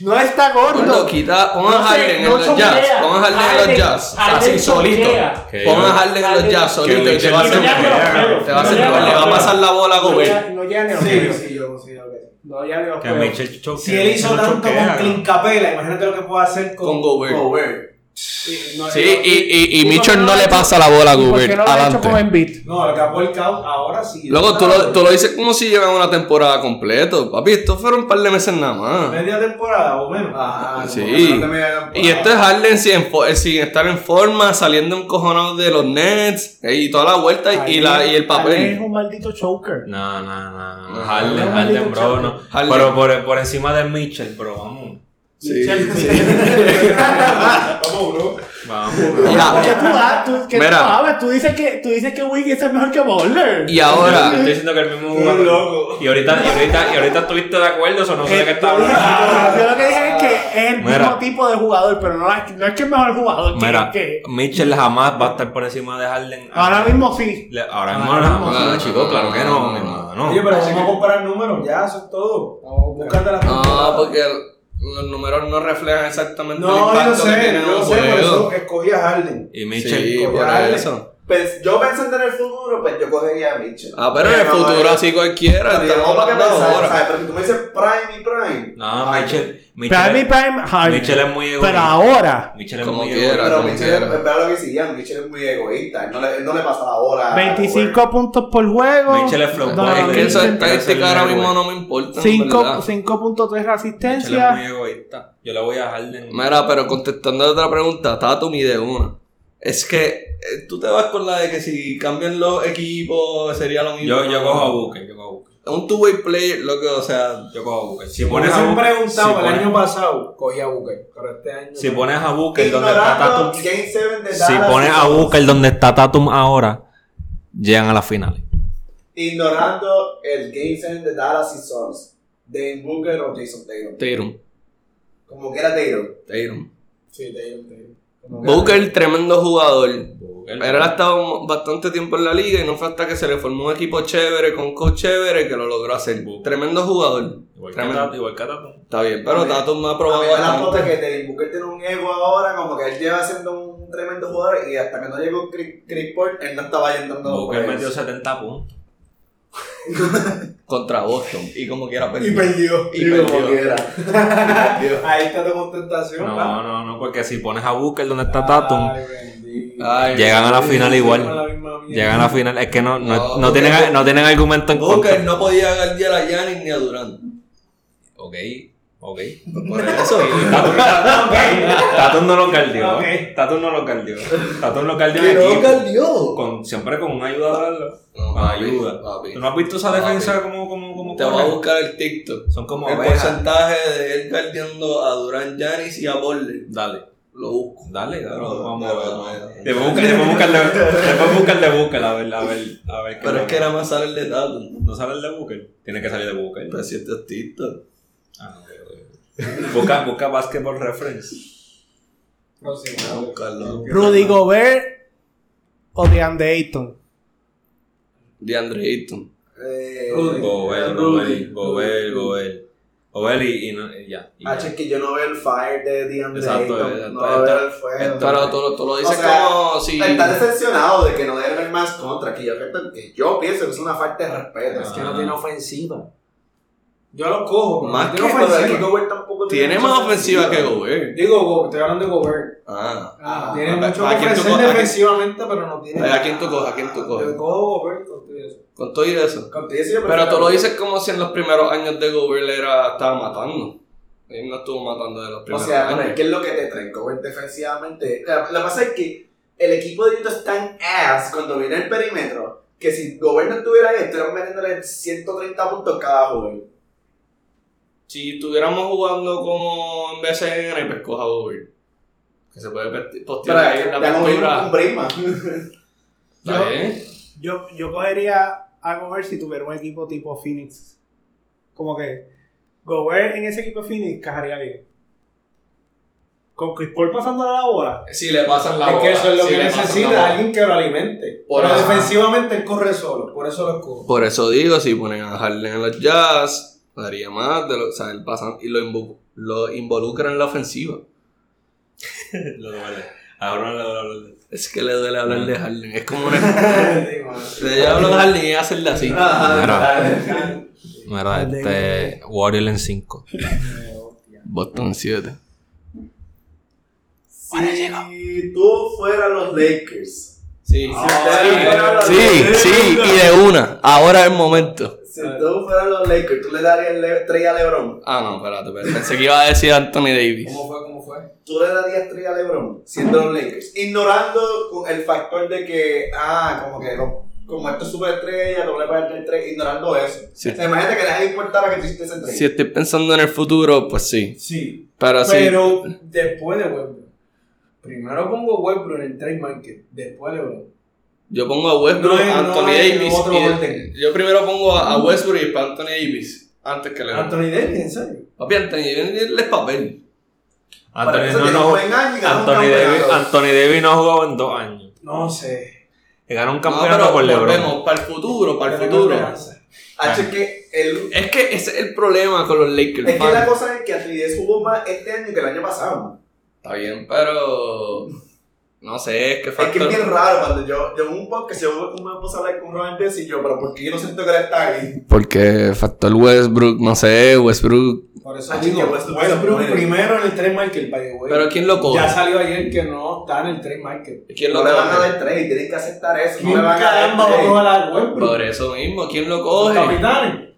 S4: No está
S3: Gordo,
S4: gordo.
S3: quita, pon a
S4: No sé,
S3: Harden en
S4: no
S3: los
S4: choquea.
S3: jazz. Pon a Harden en los
S5: Harden-
S3: jazz.
S5: Harden
S3: Así, solito.
S5: choquea.
S2: Que
S3: Pon a
S2: yo-
S3: Harden en los jazz solito y te va a hacer
S4: Que ya
S3: jugar. Te va a hacer
S4: No,
S3: jugar.
S4: no,
S3: Le va a
S4: no,
S3: pasar la bola a
S4: No
S3: Gobert.
S4: llega- no llega ni a los
S5: Sí,
S4: playoffs.
S5: sí, yo considero que sí.
S4: No llega ni a los
S2: Que
S4: playoffs.
S2: Mitchell choque-
S5: Si él hizo
S2: Mitchell
S5: tanto
S2: choquea.
S5: con Clincapela, imagínate lo que puede hacer con,
S3: Con Gobert.
S1: Gobert.
S4: Sí, no-
S3: Sí,
S4: no-
S3: y, y, y
S4: ¿por qué
S3: Mitchell no
S4: lo
S3: le
S4: ha hecho-
S3: pasa la bola a
S4: ¿y ¿Por
S3: Gobert.
S4: qué no lo ha hecho con
S3: Adelante.
S4: Embiid?
S5: No, acabó el count, ahora sí.
S3: Loco, tú lo, tú lo dices como si llevan una temporada completa. Papi, esto fueron un par de meses nada más.
S5: Media temporada o menos.
S1: Ajá,
S3: Sí.
S1: como que Ah, no te me hagan-
S3: Y este esto es Harden sin, enfo- sin estar en forma, saliendo encojonado de los Nets eh, y toda la vuelta y,
S4: Harden-
S3: la, y el
S4: Harden Es
S3: papel.
S4: un maldito choker.
S2: No, no, no. no.
S3: No,
S2: Harden,
S4: no,
S2: Harden,
S4: maldito
S2: bro,
S4: choque.
S2: no.
S3: Harden.
S2: Pero por, por encima de Mitchell, bro, vamos.
S3: Sí.
S1: Vamos, bro.
S2: Vamos, bro.
S3: Ya.
S4: ¿Qué tú, da- tú- qué tú
S3: Mira.
S4: sabes? Tú dices que, tú dices que Wiggins es mejor que Bowler.
S3: Y
S2: Ahora,
S3: ahora,
S2: estoy diciendo que el mismo
S1: Qué
S2: jugador.
S1: loco.
S2: Y ahorita, y ahorita, y ahorita estuviste de acuerdo, o no sé de qué está hablando.
S4: Yo lo que dije es que es el
S2: Mira.
S4: mismo tipo de jugador, pero no, es- no es que es mejor jugador que,
S2: Mira,
S4: que-
S2: Mitchell jamás va a estar por encima de Harden. Ah,
S4: Ahora mismo sí.
S2: Le- Ahora mismo no, no, Ah, chico, claro que no, mi hermano.
S5: Oye, pero vamos a comparar números, ya, eso es todo. Búscate la
S3: No, porque los números no reflejan exactamente
S5: No,
S3: el
S5: yo
S3: impacto que
S5: sé,
S3: tiene en
S5: yo
S3: un
S5: sé, por
S3: juego.
S5: eso escogí a Harden.
S2: Y
S3: Sí,
S2: Mitchell.
S3: por
S5: Harden.
S3: eso.
S1: Pues, yo pensando en el futuro, pues yo cogería a Mitchell.
S3: Ah, pero en el futuro así cualquiera.
S1: Pero
S3: Estamos
S1: no para que
S3: hablando
S1: pensar,
S3: ahora.
S1: ¿sabes? Pero si tú me dices Prime y Prime.
S2: No,
S1: Ay,
S2: Mitchell.
S4: Prime
S2: Mitchell,
S4: Prime Harden.
S2: Mitchell es muy
S4: Pero
S2: egoísta.
S4: ahora,
S2: Mitchell es
S3: Como
S2: muy
S3: quiera,
S2: egoísta.
S1: Pero
S3: como
S1: Mitchell,
S3: quiera.
S1: espera lo que decían, Mitchell es muy egoísta. Él no le, él no le pasa la bola. a
S4: 25 puntos por juego.
S2: Mitchell Ah, es flow
S4: No,
S2: boy.
S3: es que
S4: Mitchell-
S3: esa
S2: Mitchell
S3: estadística ahora
S2: es el
S3: mismo
S2: héroe.
S3: no me importa. en
S4: Cinco-
S3: verdad.
S4: 5.3
S2: Mitchell es muy
S4: resistencia.
S2: egoísta. Yo la voy a Harden.
S3: Mira, pero contestando otra pregunta, Tatum y de una. Es que eh, tú te vas con la de que si cambian los equipos sería lo mismo.
S2: Yo, yo cojo a Booker, yo cojo a Booker.
S3: Es un two-way player, loco, o sea.
S2: Yo cojo a Booker. Si
S5: Por
S2: pones
S5: eso
S2: a
S5: me
S2: Booker,
S5: preguntaba
S2: si
S5: el
S2: pones-
S5: año pasado, cogí a Booker, pero este año.
S2: si pones a Booker donde está
S1: Ignorando
S2: Tatum,
S1: Game 7 de
S2: si
S1: Dallas,
S2: pones a Booker donde está Tatum ahora, llegan a las finales.
S1: Ignorando el Game 7 de Dallas y Sons. Dane Booker o Jason Taylor.
S3: Tatum.
S1: Como que era Taylor.
S3: Tatum.
S5: Sí, te digo, te digo.
S3: Booker, tremendo jugador. Pero él ha estado bastante tiempo en la liga y no fue hasta que se le formó un equipo chévere, con coach chévere, que lo logró hacer. Tremendo jugador.
S2: Igual que
S3: Tremendo.
S2: Tatum, igual que Tatum.
S3: Está bien, pero Tatum me ha
S1: A mí
S3: probado
S1: me da la nota
S3: bastante.
S1: que Devin Booker tiene un ego ahora, como que él lleva siendo un tremendo jugador y hasta que no llegó Chris, Chris Paul, él no estaba entrando a los
S2: Booker
S3: pues.
S2: metió
S1: playoffs.
S2: 70 puntos.
S3: Contra Boston. Y como quiera pues,
S1: Y perdió.
S3: perdió. Y perdió.
S1: como quiera.
S5: Ahí está tu contestación, pa.
S2: No, no, no, porque si pones a Booker donde está Tatum,
S5: Ay, bendito.
S3: Ay,
S2: llegan a la final
S5: Con
S2: igual.
S5: la misma mierda.
S2: Llegan a la final, es que no, no,
S3: No,
S2: no tienen,
S3: Booker-
S2: no tienen argumento en
S3: Booker
S2: contra.
S3: no podía guardiar a Giannis ni a Durant.
S2: Ok, ok.
S3: Por eso.
S2: Tatum, Tatum no lo caldió.
S5: Ok.
S2: Tatum no lo caldió. Tatum lo caldió
S3: Que
S2: en
S3: no
S2: equipo.
S3: caldió.
S2: Con, siempre con un ayudador.
S3: No,
S2: Con
S3: papi,
S2: ayuda.
S3: papi.
S2: ¿Tú no has visto esa
S3: Papi.
S2: defensa como, como, como
S3: Te voy a
S2: corre?
S3: buscar el TikTok.
S2: Son como
S3: el
S2: abejas.
S3: porcentaje de él guardiando a Durant Giannis y a Boller.
S2: Dale,
S3: Lo busco.
S2: dale, dale.
S3: No,
S2: Vamos
S3: no,
S2: a
S3: no,
S2: ver.
S3: no.
S2: Después busca- después busca el de- después busca el de Booker, a ver, a ver, a ver. qué
S3: Pero es
S2: tal.
S3: que era más sale el de Tatum.
S2: ¿No sale el de Booker? Tiene que salir de Booker.
S3: Pero si este es TikTok.
S2: Ah, ok, ok. Busca, busca Basketball Reference.
S5: No sé,
S3: Voy a buscarlo.
S4: Rudy Gobert o DeAndre Ayton.
S3: De Andre Ayton.
S1: Eh,
S5: Rudy.
S2: Gobel,
S5: Rudy.
S2: Gobel, Gobel, Gobel. Gobel y, y no- y ya.
S3: Ah,
S2: y ya.
S1: Hacho, es que yo no veo el fire de DeAndre
S2: Exacto,
S1: Ayton,
S2: exacto.
S1: no veo el fuego.
S3: Pero tú, lo- tú lo dices
S1: O sea,
S3: como si.
S1: Está decepcionado de que no deben más contra, que yo, que yo pienso que es una falta de respeto.
S5: Es que
S2: Ah.
S5: no tiene ofensiva. Yo lo cojo, pero
S3: Más
S5: no
S3: que-
S5: tiene
S1: Pero es que
S5: ofensiva.
S1: Gobert tampoco
S3: Tiene más ofensiva que Gobert.
S5: Digo, Go- estoy hablando de Gobert.
S3: Ah.
S1: Ah,
S5: tiene
S3: ¿a-
S5: mucho
S3: a
S5: que
S3: quién tú
S5: ofrecer
S3: co- a quién-
S5: defensivamente, pero no tiene.
S3: ¿A quién tú coges? ¿A quién tú coges?
S5: Yo cojo Gobert con todo eso.
S3: Con todo y eso.
S1: Contigo sí yo
S3: Pero
S1: prefiero-
S3: tú lo dices como si en los primeros años de Gobert era, estaba matando. Él no estuvo matando de los
S1: O
S3: primeros
S1: sea,
S3: años.
S1: pero ¿qué es lo que te traen Gobert defensivamente? O sea, Lo que pasa es que el equipo de Utah es tan ass cuando viene el perímetro que si Gobert no estuviera ahí, estuvieran metiéndole 130 puntos cada juego.
S3: Si estuviéramos jugando como en BCN, pues coja Gobert. Que se puede pesti- postear
S1: Pero
S3: ahí en
S1: ya
S3: la
S1: ya no vimos con Brima.
S3: pintura. ¿Está bien?
S4: Yo, yo cogería a Gobert si tuviera un equipo tipo Phoenix. Como que Gobert en ese equipo de Phoenix cajaría bien. Con Chris Paul pasando la bola.
S3: Si le pasan la
S5: es
S3: bola.
S5: que eso es lo
S3: si
S5: que
S3: le pasan la
S5: necesita
S3: bola.
S5: alguien que lo alimente.
S3: Por
S5: pero
S3: eso.
S5: defensivamente él corre solo, por eso lo cojo.
S3: Por eso digo, si ponen a Harden en los Jazz, daría más de lo, o sea, él pasan y lo, embu- lo involucra en la ofensiva.
S2: Lo duele. Ahora le duele hablar de-
S3: Es que le duele hablar de Harden. Es como una. Le yo hablo de Harden y hacerle así. Ah,
S2: Mira, este. Warrior en 5.
S3: Boston 7.
S1: Si tú fueras los Lakers,
S3: Sí,
S1: Ah,
S3: sí, sí, sí, y de una. Ahora es el momento.
S1: si tú fueras los Lakers, tú le darías le- 3 a LeBron.
S3: Ah, no, espérate, espérate. Pensé que iba a decir Anthony Davis.
S5: ¿Cómo fue? ¿Cómo fue?
S1: Tú le darías 3 a LeBron siendo los Lakers. Ignorando con el factor de que, ah, como que no- como esto es superestrella, no le va a dar 3, ignorando eso.
S3: Sí.
S1: O sea, imagínate que le importara que tú hiciste ese 3.
S3: Si estoy pensando en el futuro, pues sí.
S5: Sí.
S3: Pero sí.
S5: Pero después de Westbrook. Primero pongo Westbrook en el trade market. Después LeBron.
S3: Yo pongo a Westbrook,
S5: No hay- no
S3: Anthony
S5: hay
S3: Davis.
S5: otro
S3: y-
S5: orden.
S3: yo primero pongo a, a Westbrook y después a Anthony Davis. Antes que le
S5: Anthony Davis, en serio.
S3: Papi, Anthony Davis es papel.
S1: Para
S2: Anthony,
S1: eso
S2: no,
S1: tiene
S2: no, eh,
S1: un buen año y ganó un
S2: Anthony, Davis,
S1: campeonato.
S2: Anthony Davis no ha jugado en dos años.
S5: No sé.
S2: Que ganó un
S3: No,
S2: campeonato por LeBron.
S3: volvemos, para el futuro, para el
S5: Tengo
S3: futuro.
S5: esperanza.
S1: Hacho, es que el,
S3: Es que ese es el problema con los Lakers.
S1: es que
S3: man.
S1: la cosa es que Atrides jugó más este año que el año pasado.
S3: Está bien, pero. No sé, es que
S1: Es que es
S3: factor-
S1: bien raro cuando yo, yo en un podcast yo me puse a hablar con Robin Bess y yo, pero ¿por qué yo no siento que él está ahí?
S3: Porque factor Westbrook, no sé, Westbrook.
S5: Por eso
S1: Ah,
S5: digo,
S3: pues
S1: chico, Westbrook
S5: Westbrook
S1: primero.
S5: primero en el trade market, by the way.
S3: Pero ¿quién lo coge?
S5: Ya salió ayer que no está en el trade market.
S3: ¿Quién
S1: No
S3: lo
S1: le van a
S3: coge?
S1: dar tres, tienen que aceptar eso. No
S5: ¿Quién
S1: le van a dar
S5: caramba
S1: trade.
S5: va a dar Westbrook?
S3: Por eso mismo, ¿quién lo
S5: Los
S3: coge?
S5: capitanes.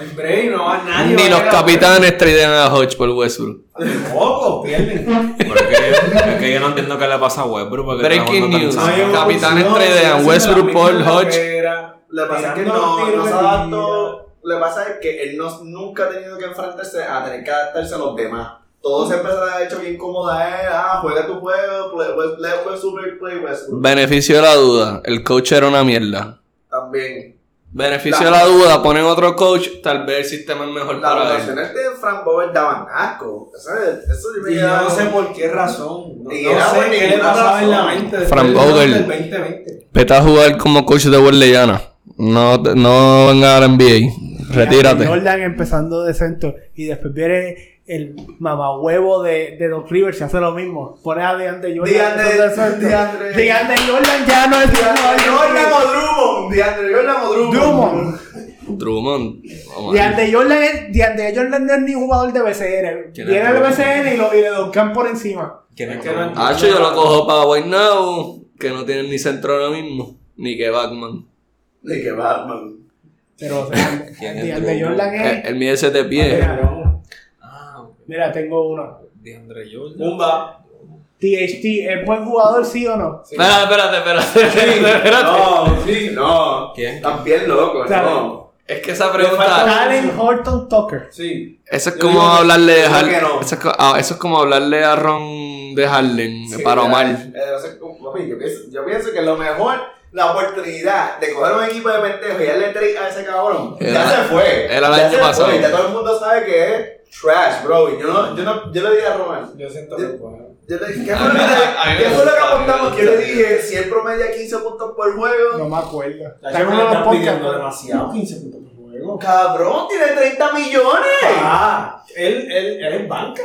S5: El break no va nadie. va
S3: Ni
S5: a
S3: los
S5: llegar a-
S3: capitanes traen a Hodge por Westbrook.
S5: Tampoco, pierden.
S2: Pero es que, es que yo no entiendo qué le pasa a Westbrook. Porque está
S3: Breaking
S2: jugando tan
S3: news.
S2: sano.
S3: Cap- Capitanes tradean Westbrook por Hodge.
S1: Lo que pasa es que no, no se adaptó. Lo que pasa es que él no, nunca ha tenido que enfrentarse a tener que adaptarse a los demás. Todo siempre se le ha hecho bien cómodo a él. Ah, juega tu juego, play, play, play, super play, pues, Westbrook.
S3: Beneficio de la duda, el coach era una mierda.
S1: También.
S3: Beneficio de la duda, ponen otro coach, tal vez el sistema es mejor
S1: Las
S3: para él.
S1: rotaciones de Frank Bauer daban asco. Eso, eso yo me
S5: Y yo
S1: quedaba-
S5: no sé por qué razón. No, no
S1: Y era por
S5: sé qué le
S1: ninguna
S5: pasaba en la
S1: razón.
S5: mente de
S3: Frank Vogel.
S5: del 2020.
S3: Vete a jugar como coach de Borleyana. No, te- no venga a la NBA. Retírate.
S4: Jordan empezando de centro y después viene el mamahuevo de, de Doc Rivers y hace lo mismo. Pone a DeAndre Jordan.
S1: DeAndre-
S4: empezando de centro.
S1: DeAndre-
S4: DeAndre Jordan ya no es
S1: DeAndre Jordan o Drummond. DeAndre Jordan o Drummond.
S4: Drummond.
S3: Drummond. oh, man.
S4: DeAndre Jordan, es- DeAndre Jordan no es ni jugador de BCN.
S2: ¿Quién
S4: Viene
S2: es
S4: al
S2: Jordan?
S4: BCN y lo y le docan por encima.
S2: ¿Quién es
S5: Es que no
S2: Drummond?
S5: entiendo.
S3: Hacho, yo lo cojo para White Now, que no tienen ni centro ahora mismo, ni que Batman.
S1: De que Batman.
S4: Pero o sea,
S2: ¿Quién es
S4: DeAndre
S2: Drummond?
S4: Jordan
S3: Eh,
S4: es.
S3: Él mide 7 pies.
S4: Mira,
S2: Ah, ok.
S4: mira, tengo uno.
S2: DeAndre Jordan.
S5: Bumba.
S4: THT, ¿es buen jugador, sí o no?
S3: Espérate, espérate, espérate. espérate.
S1: No, sí, no.
S2: ¿Quién?
S1: Están bien locos,
S4: Claro.
S1: no.
S3: Es que esa
S5: falta-
S3: pregunta.
S4: Allen Horton Tucker.
S5: Sí.
S3: Eso es
S5: Yo
S3: como
S5: digo que-
S3: hablarle de
S1: yo creo
S3: Harden.
S1: que no.
S3: Eso, es co- ah, eso es como hablarle a Ron de Harden,
S1: Sí,
S3: para
S1: mira,
S3: Omar.
S1: eh, o sea, como, papi, Yo pienso- yo pienso que lo mejor, la oportunidad de coger un equipo de pendejo y darle tres a ese cabrón, ya
S3: Era-
S1: se fue.
S3: era el
S1: Ya
S3: año
S1: se
S3: pasado.
S1: fue, Ya todo el mundo sabe que es trash, bro. Y yo, no, yo, no, yo le dije a Román,
S5: Yo siento que pues, puedo.
S1: yo le dije, ¿qué fue lo que,
S3: A mí me
S1: ¿qué fue lo que
S3: gusta, a mí me
S1: apuntamos? Yo le dije, si él promedia 15 puntos por juego,
S4: No me acuerdo. Está en uno de los
S5: Están pidiendo
S4: podcasts.
S5: demasiado 15 puntos por juego.
S1: cabrón, tiene 30 millones.
S5: Ah, él, él, él es banca.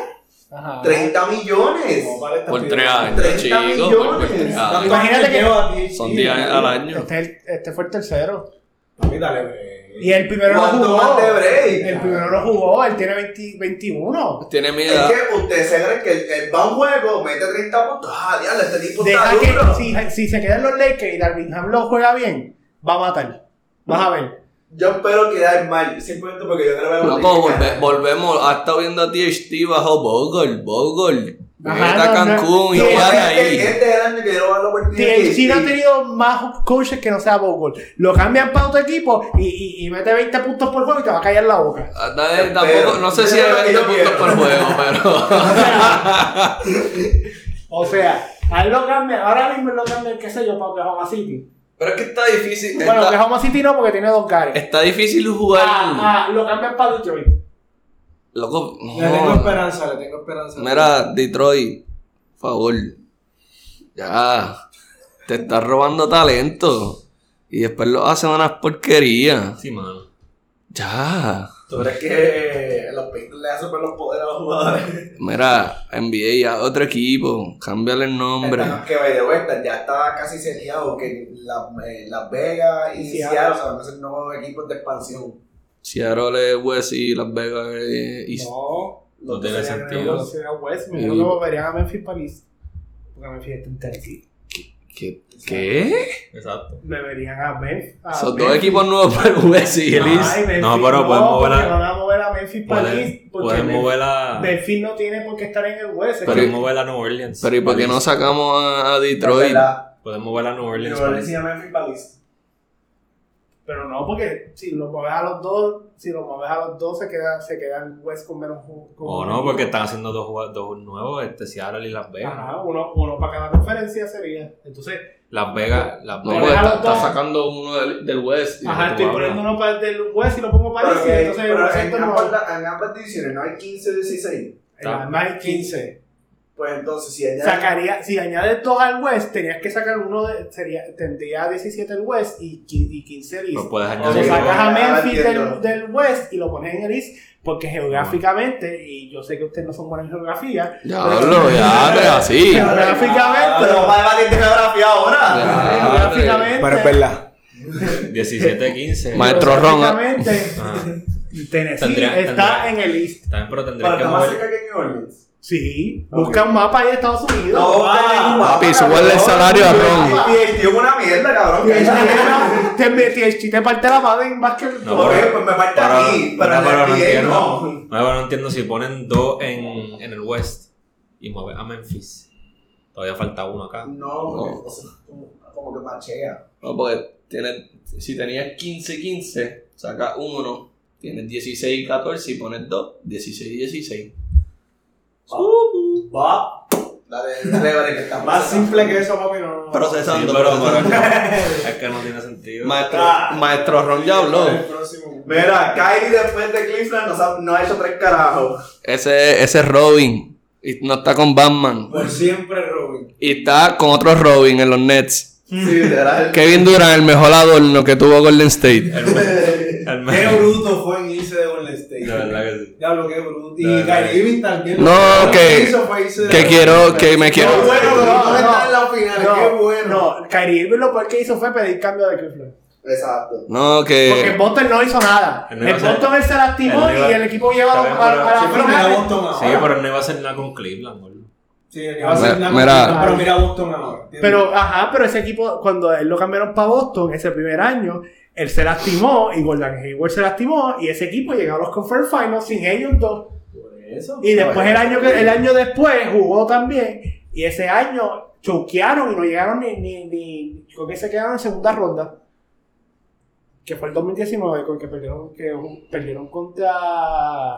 S4: Ajá.
S1: 30 millones.
S5: No, vale, está
S3: Por
S5: pidiendo-
S3: 3
S1: 30
S3: años, chicos. por- Por
S1: millones.
S3: 3
S5: Tanto
S3: años.
S4: Imagínate
S5: que
S4: que-
S5: lleva THT.
S3: Son 10 al año.
S4: Este, es el- este fue el tercero.
S5: Papi, dale, ve.
S4: Y el primero no
S1: ¿Cuánto
S4: jugó.
S1: más de break?
S4: El primero no jugó, él tiene 20 21.
S3: Tiene mi
S1: Es
S3: edad.
S1: que ustedes se creen que él- él va a un juego, mete 30 puntos. Ah, diablo, este tipo está
S4: Deja que
S1: duro.
S4: si, si se quedan los Lakers y Darwin Ham lo juega bien, va a matar. Vas a ver.
S1: Yo espero que en mal, simplemente porque yo creo que
S3: Loco, volve- volvemos. Ha estado viendo a THT bajo Bogol. Bogol.
S4: Ajá,
S3: Vete a
S4: no, no.
S3: Cancún y
S4: Sí,
S3: juega
S4: es
S3: ahí.
S1: Este es el año que yo voy a por
S4: THC no ha tenido más coaches que no sea Bogle. Lo cambian para otro equipo y, y, y mete 20 puntos por juego y te va a callar la boca.
S3: Ah, dale, tampoco, no sé si
S1: Pero
S3: es
S1: lo que
S3: 20
S1: yo
S3: puntos por
S1: quiero.
S3: juego, pero.
S4: O sea, a él lo cambian, ahora mismo lo cambian, qué sé yo, para Oklahoma City.
S3: Pero es que está difícil.
S4: Bueno,
S3: está,
S4: Oklahoma City no porque tiene dos caras.
S3: está difícil jugar.
S4: Ah, ah, lo cambian para Detroit.
S3: Loco,
S5: Le tengo
S3: no.
S5: esperanza, le tengo esperanza.
S3: Mira, Detroit, por favor. Ya. Te estás robando talento. Y después lo hacen unas porquerías.
S2: Sí, mano.
S3: Ya.
S1: ¿Tú crees que eh, los Pistons le hacen ver los poderes a los jugadores?
S3: Mira, envié ya otro equipo. Cámbiale el nombre.
S1: Están- que by the way, están- ya está casi sellado que la- eh, Las Vegas y
S4: Y
S1: Seattle,
S4: Seattle.
S1: o sea, van a ser nuevos equipos de expansión.
S3: Seattle, West y Las Vegas. eh, y-
S4: No,
S2: No tiene
S4: sería-
S2: sentido.
S4: no sería West, me
S3: Y-
S4: dijo que volverían a Memphis para East. Porque Memphis está en Tennessee.
S3: ¿Qué? ¿Qué?
S2: Exacto.
S4: Deberían a Memphis. a
S3: Son dos
S4: Memphis.
S3: equipos nuevos para el West y el East.
S4: Ay, Memphis,
S2: No, pero pueden mover
S4: porque
S2: a-
S4: van a mover a Memphis para el East.
S2: Pueden,
S4: Porque
S2: pueden
S4: Memphis-
S2: mover la.
S4: Memphis no tiene por qué estar en el West. es que-
S2: Pueden mover a New Orleans.
S3: Pero ¿y por qué no sacamos a, a Detroit?
S1: ¿Verdad?
S2: Pueden mover a New
S1: New
S2: Orleans.
S1: Orleans y a Memphis para East.
S4: Pero no, porque si los mueves a los dos, si los mueves a los dos, se queda, se queda el West con menos ju- con
S2: O
S4: menos
S2: no, porque
S4: equipo.
S2: están haciendo dos, jugad- dos nuevos, este Seattle y Las Vegas.
S4: Ajá, uno, uno para cada conferencia sería. Entonces,
S2: Las Vegas, Las
S3: No,
S2: Vegas.
S3: pues,
S4: Déjalo
S3: está, está
S4: todo.
S3: sacando uno del, del West. y
S4: ajá,
S3: otro
S4: estoy
S3: ahora.
S4: poniendo uno para el del West y lo pongo para
S1: Pero,
S4: el
S1: que-
S4: East. Entonces,
S1: pero
S4: el
S1: en,
S4: resto no-
S1: ambas, la- en ambas divisiones no hay 15 16.
S4: Además, hay 15.
S1: Pues entonces, si allá.
S4: Sacaría, si añades dos al West, tenías que sacar uno de. Sería, tendría 17 el West y, qui- y 15 el
S2: Pues
S4: East.
S2: puedes
S4: O
S1: sí,
S4: sea,
S2: añadir.
S4: sacas
S1: ahora
S4: a Memphis
S1: entiendo.
S4: del, del West y lo pones en el East, porque geográficamente, y yo sé que ustedes no son buenos en geografía,
S3: Ya hablo, ya, te- así.
S4: Ya. geográficamente-
S1: Ah, Pero va a debatir de geografía ahora.
S3: Ya,
S4: geográficamente,
S5: Pero es verdad.
S2: 17-15.
S3: Ma- Maestro Ron, ah.
S4: geográficamente,
S2: Ajá.
S4: Tennessee
S2: Tendría-
S4: está
S2: tendría-
S4: en el East.
S2: También, pero
S1: Pero
S2: tendrías que
S1: está más
S2: mover.
S1: cerca que New Orleans.
S4: Sí, busca un mapa ahí de Estados Unidos. Ah.
S3: Papi, súbele el salario a Ron.
S1: Y el tío es una mierda, cabrón. que es una mierda.
S4: Te metí el chiste parte la madre en básquet.
S2: No,
S1: Por
S2: pero-
S1: ejemplo, me falta
S2: pero-
S1: a mí, pero
S2: pero-
S1: en la
S2: pero no
S1: NBA
S2: entiendo.
S1: no.
S2: No, pero no entiendo si ponen dos en, en el West y mueven a Memphis. Todavía falta uno acá.
S1: No, porque, o sea, como- como que machea.
S3: No, porque tienes- si tenías 15-15, sacas uno, tienes 16-14 y pones dos, 16-16.
S1: Va. Dale, dale, dale, que está
S4: Más simple que eso, papi, no. no.
S2: Sí,
S3: Procesando,
S2: pero- pero
S3: procesando.
S2: es que- es que no tiene sentido.
S3: Maestro, Maestro Ron ya habló.
S1: Mira, Kyrie después de Cleveland nos ha- no ha hecho tres carajos.
S3: Ese, ese es Robin. Y no está con Batman.
S5: Por siempre, Robin.
S3: Y está con otro Robin en los Nets.
S1: Sí, literal.
S3: Kevin Durant, el mejor adorno que tuvo Golden State.
S2: El, me- el me-
S5: Qué bruto fue en irse de Golden State.
S2: De verdad que sí.
S5: Diablo, qué bruto.
S2: De
S5: Y
S2: verdad.
S5: Kyrie Irving también.
S3: No,
S5: Lo
S3: que-
S5: hizo fue irse de-
S3: Que quiero, que me
S1: Qué
S3: quiero.
S1: bueno, pero
S4: No,
S1: no,
S4: no.
S1: está en la final, qué bueno.
S4: No, Kyrie Irving lo peor que hizo fue pedir cambio de Cleveland.
S1: Exacto.
S3: No,
S5: Eh,
S4: Porque
S3: que.
S4: Boston no hizo nada.
S2: Él no iba
S4: El
S2: a hacer-
S4: Boston él se lastimó
S2: él no iba-
S4: y el equipo lleva
S2: Está
S4: a,
S2: bien, pero-
S4: a, a
S5: Sí,
S4: la
S5: pero mira
S4: final.
S5: Boston ahora.
S2: Sí, pero no iba a hacer nada con Cleveland, boludo.
S5: Sí, que va a ser
S3: Mira,
S5: una-
S3: mira.
S5: Pero mira Boston ahora. ¿entiendes?
S4: Pero, ajá, pero ese equipo, cuando él lo cambiaron para Boston ese primer año, él se lastimó y Gordon Hayward se lastimó y ese equipo llegó a los Conference Finals sin ellos dos.
S5: Por eso.
S4: Y después el año, que, el año después jugó también y ese año choquearon y no llegaron ni, ni, ni- creo que se quedaron en segunda ronda. Que fue el 2019 con que perdieron, que perdieron contra...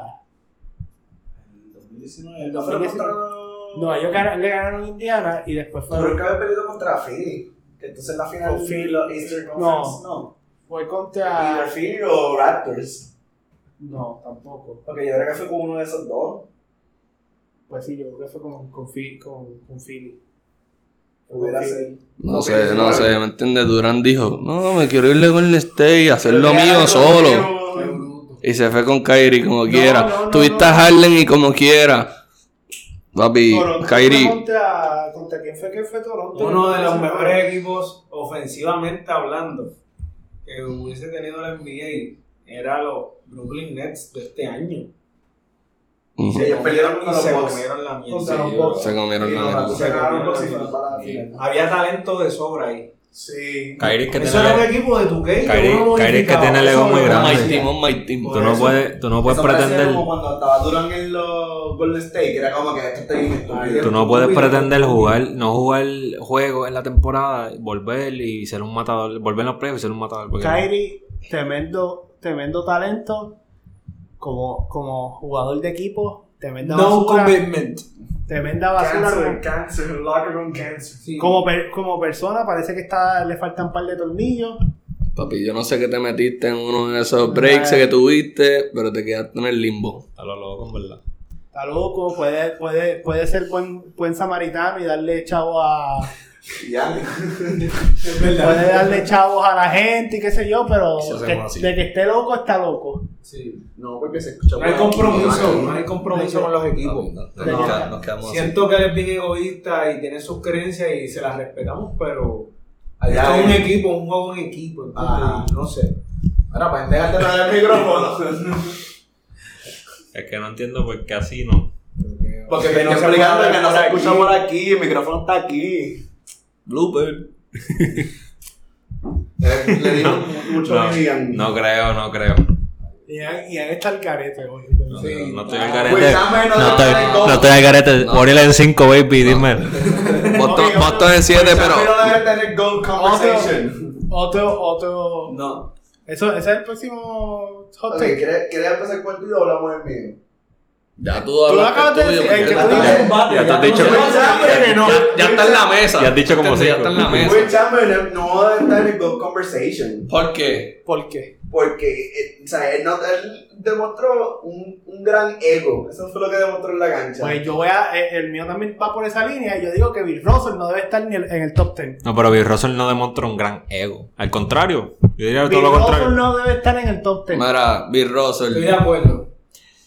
S1: El no fue contra. No,
S4: No, ellos ganaron- le ganaron a Indiana y después
S1: Pero
S4: fueron-
S1: que había perdido contra Philly. que Entonces la final.
S4: Con Philly.
S1: la Eastern Conference. Ah. No.
S4: fue
S1: ¿Either
S4: contra...
S1: Philly o Raptors?
S4: No, tampoco.
S1: Porque yo creo que fue con uno de esos dos.
S4: Pues sí, yo creo que fue con, con, Phil- con, con Philly.
S1: Hubiera sido.
S3: No sé, no sé, ¿me entiendes? Durant dijo, no, me quiero irle con el State y hacer lo
S1: Pero
S3: mío
S1: ya,
S3: solo.
S5: Qué bruto.
S3: Y se fue con Kyrie como
S4: No,
S3: quiera.
S4: no, no,
S3: Tuviste a
S4: no.
S3: Harlem y como quiera. Papi,
S4: Toronto fue
S3: Kyrie.
S4: Contra, ¿Contra quién fue que fue Toronto?
S5: Uno de los mejores equipos ofensivamente hablando que hubiese tenido la NBA era los Brooklyn Nets de este año.
S3: Ujú.
S1: Sí, ellos perdieron con
S5: y
S1: los
S5: se
S1: Bucks.
S5: comieron la
S1: Contra
S5: mierda.
S1: los Bucks.
S3: Se comieron la mierda.
S1: Se ganaron los Bucks y fueron para la final.
S5: Había talento de sobra ahí.
S1: Sí.
S2: Kyrie que
S5: Eso era un
S2: tiene.
S5: equipo de tu que
S2: Kyrie-
S5: uno
S2: Kyrie que tiene el ego
S5: modificaba.
S2: muy
S5: Eso
S2: grande.
S5: no
S3: My
S5: existía.
S3: team, oh, my team.
S2: Tú no puedes, tú no puedes
S1: Eso parecía
S2: Pues pretender.
S1: como cuando estaba Durant en los Golden State, que era como que esto está bien estúpido.
S2: Tú no puedes pretender jugar, no jugar juegos en la temporada, volver y ser un matador, volver a los playoffs y ser un matador. porque-
S4: Kyrie, tremendo, tremendo talento como, como jugador de equipo. Tremenda
S5: No
S4: basura.
S5: commitment.
S4: Tremenda basura.
S1: Cancer, cancer, locker room cancer.
S5: Sí.
S4: Como, per- como persona, parece que está, le faltan un par de tornillos.
S3: Papi, yo no sé qué te metiste en uno de esos breaks que tuviste, pero te quedaste en el limbo.
S2: Está lo loco, en verdad.
S4: Está loco, puede, puede, puede ser buen, buen samaritano y darle chavo a.
S1: Y ya.
S4: Puede darle chavos a la gente y qué sé yo, pero
S3: Eso se
S4: que-
S3: llama así.
S4: de que esté loco, está loco.
S5: Sí.
S1: No, porque se escucha.
S5: No hay compromiso, no hay compromiso con los equipos.
S3: No, no, nos queda- nos quedamos así.
S5: Siento que él es bien egoísta y tiene sus creencias y se las respetamos, pero
S1: Allá
S5: esto es un
S1: hay-
S5: equipo, un juego en equipo, ¿entiendes?
S1: Ah.
S5: no sé.
S1: Ahora, para entregarte otra vez el micrófono.
S2: Es que no entiendo por qué así no.
S1: Porque
S5: Sí,
S1: me
S5: no
S1: estoy
S5: se
S1: explicando
S5: puede
S1: que no se
S5: hablar
S1: escucha
S5: aquí.
S1: por aquí, el micrófono está aquí.
S3: Blooper.
S1: Eh, Le digo mucho
S2: No,
S1: a Miriam.
S2: no creo, no creo.
S4: Y ahí está el carete hoy.
S2: No,
S5: Sí.
S2: no, no estoy al
S1: Pues
S2: garete.
S1: dame, no
S2: No estoy,
S1: dame
S2: no
S1: coco.
S2: estoy al garete.
S3: No.
S2: Oriel en 5, baby, dime.
S3: Boston, Boston en
S4: Pues
S3: 7,
S1: Pero,
S3: pero.
S1: no debe tener gold conversation.
S4: Otro, otro.
S5: No.
S4: Eso, ese es el próximo hot
S1: Ok,
S4: take.
S1: ¿quieres quieres empezar con tuyo o hablamos del mío?
S3: Ya tú
S4: Tú lo
S3: hablaste
S4: acabas de
S3: tuyo,
S4: decir,
S3: porque
S4: el que
S3: ya
S4: tú
S3: está-
S4: dices.
S2: Ya te has dicho-
S3: Ya, ya está en la mesa.
S2: Ya has dicho como
S3: ¿Entiendes?
S2: cinco.
S3: Ya está en la
S1: Will
S3: mesa.
S1: Chamberlain no debe estar en good conversation
S3: ¿Por qué?
S4: ¿Por qué?
S1: porque eh, o sea, él, no, él demostró un, un gran ego. Eso fue lo que demostró en la cancha.
S4: Pues yo voy a. eh, El, mío también va por esa línea. y Yo digo que Bill Russell no debe estar ni el- en el top 10.
S2: No, pero Bill Russell no demuestra un gran ego. Al contrario, yo diría todo
S4: Bill
S2: lo contrario.
S4: Russell no debe estar en el top 10.
S3: Mira, Bill
S5: Estoy
S3: Russell.
S5: de acuerdo.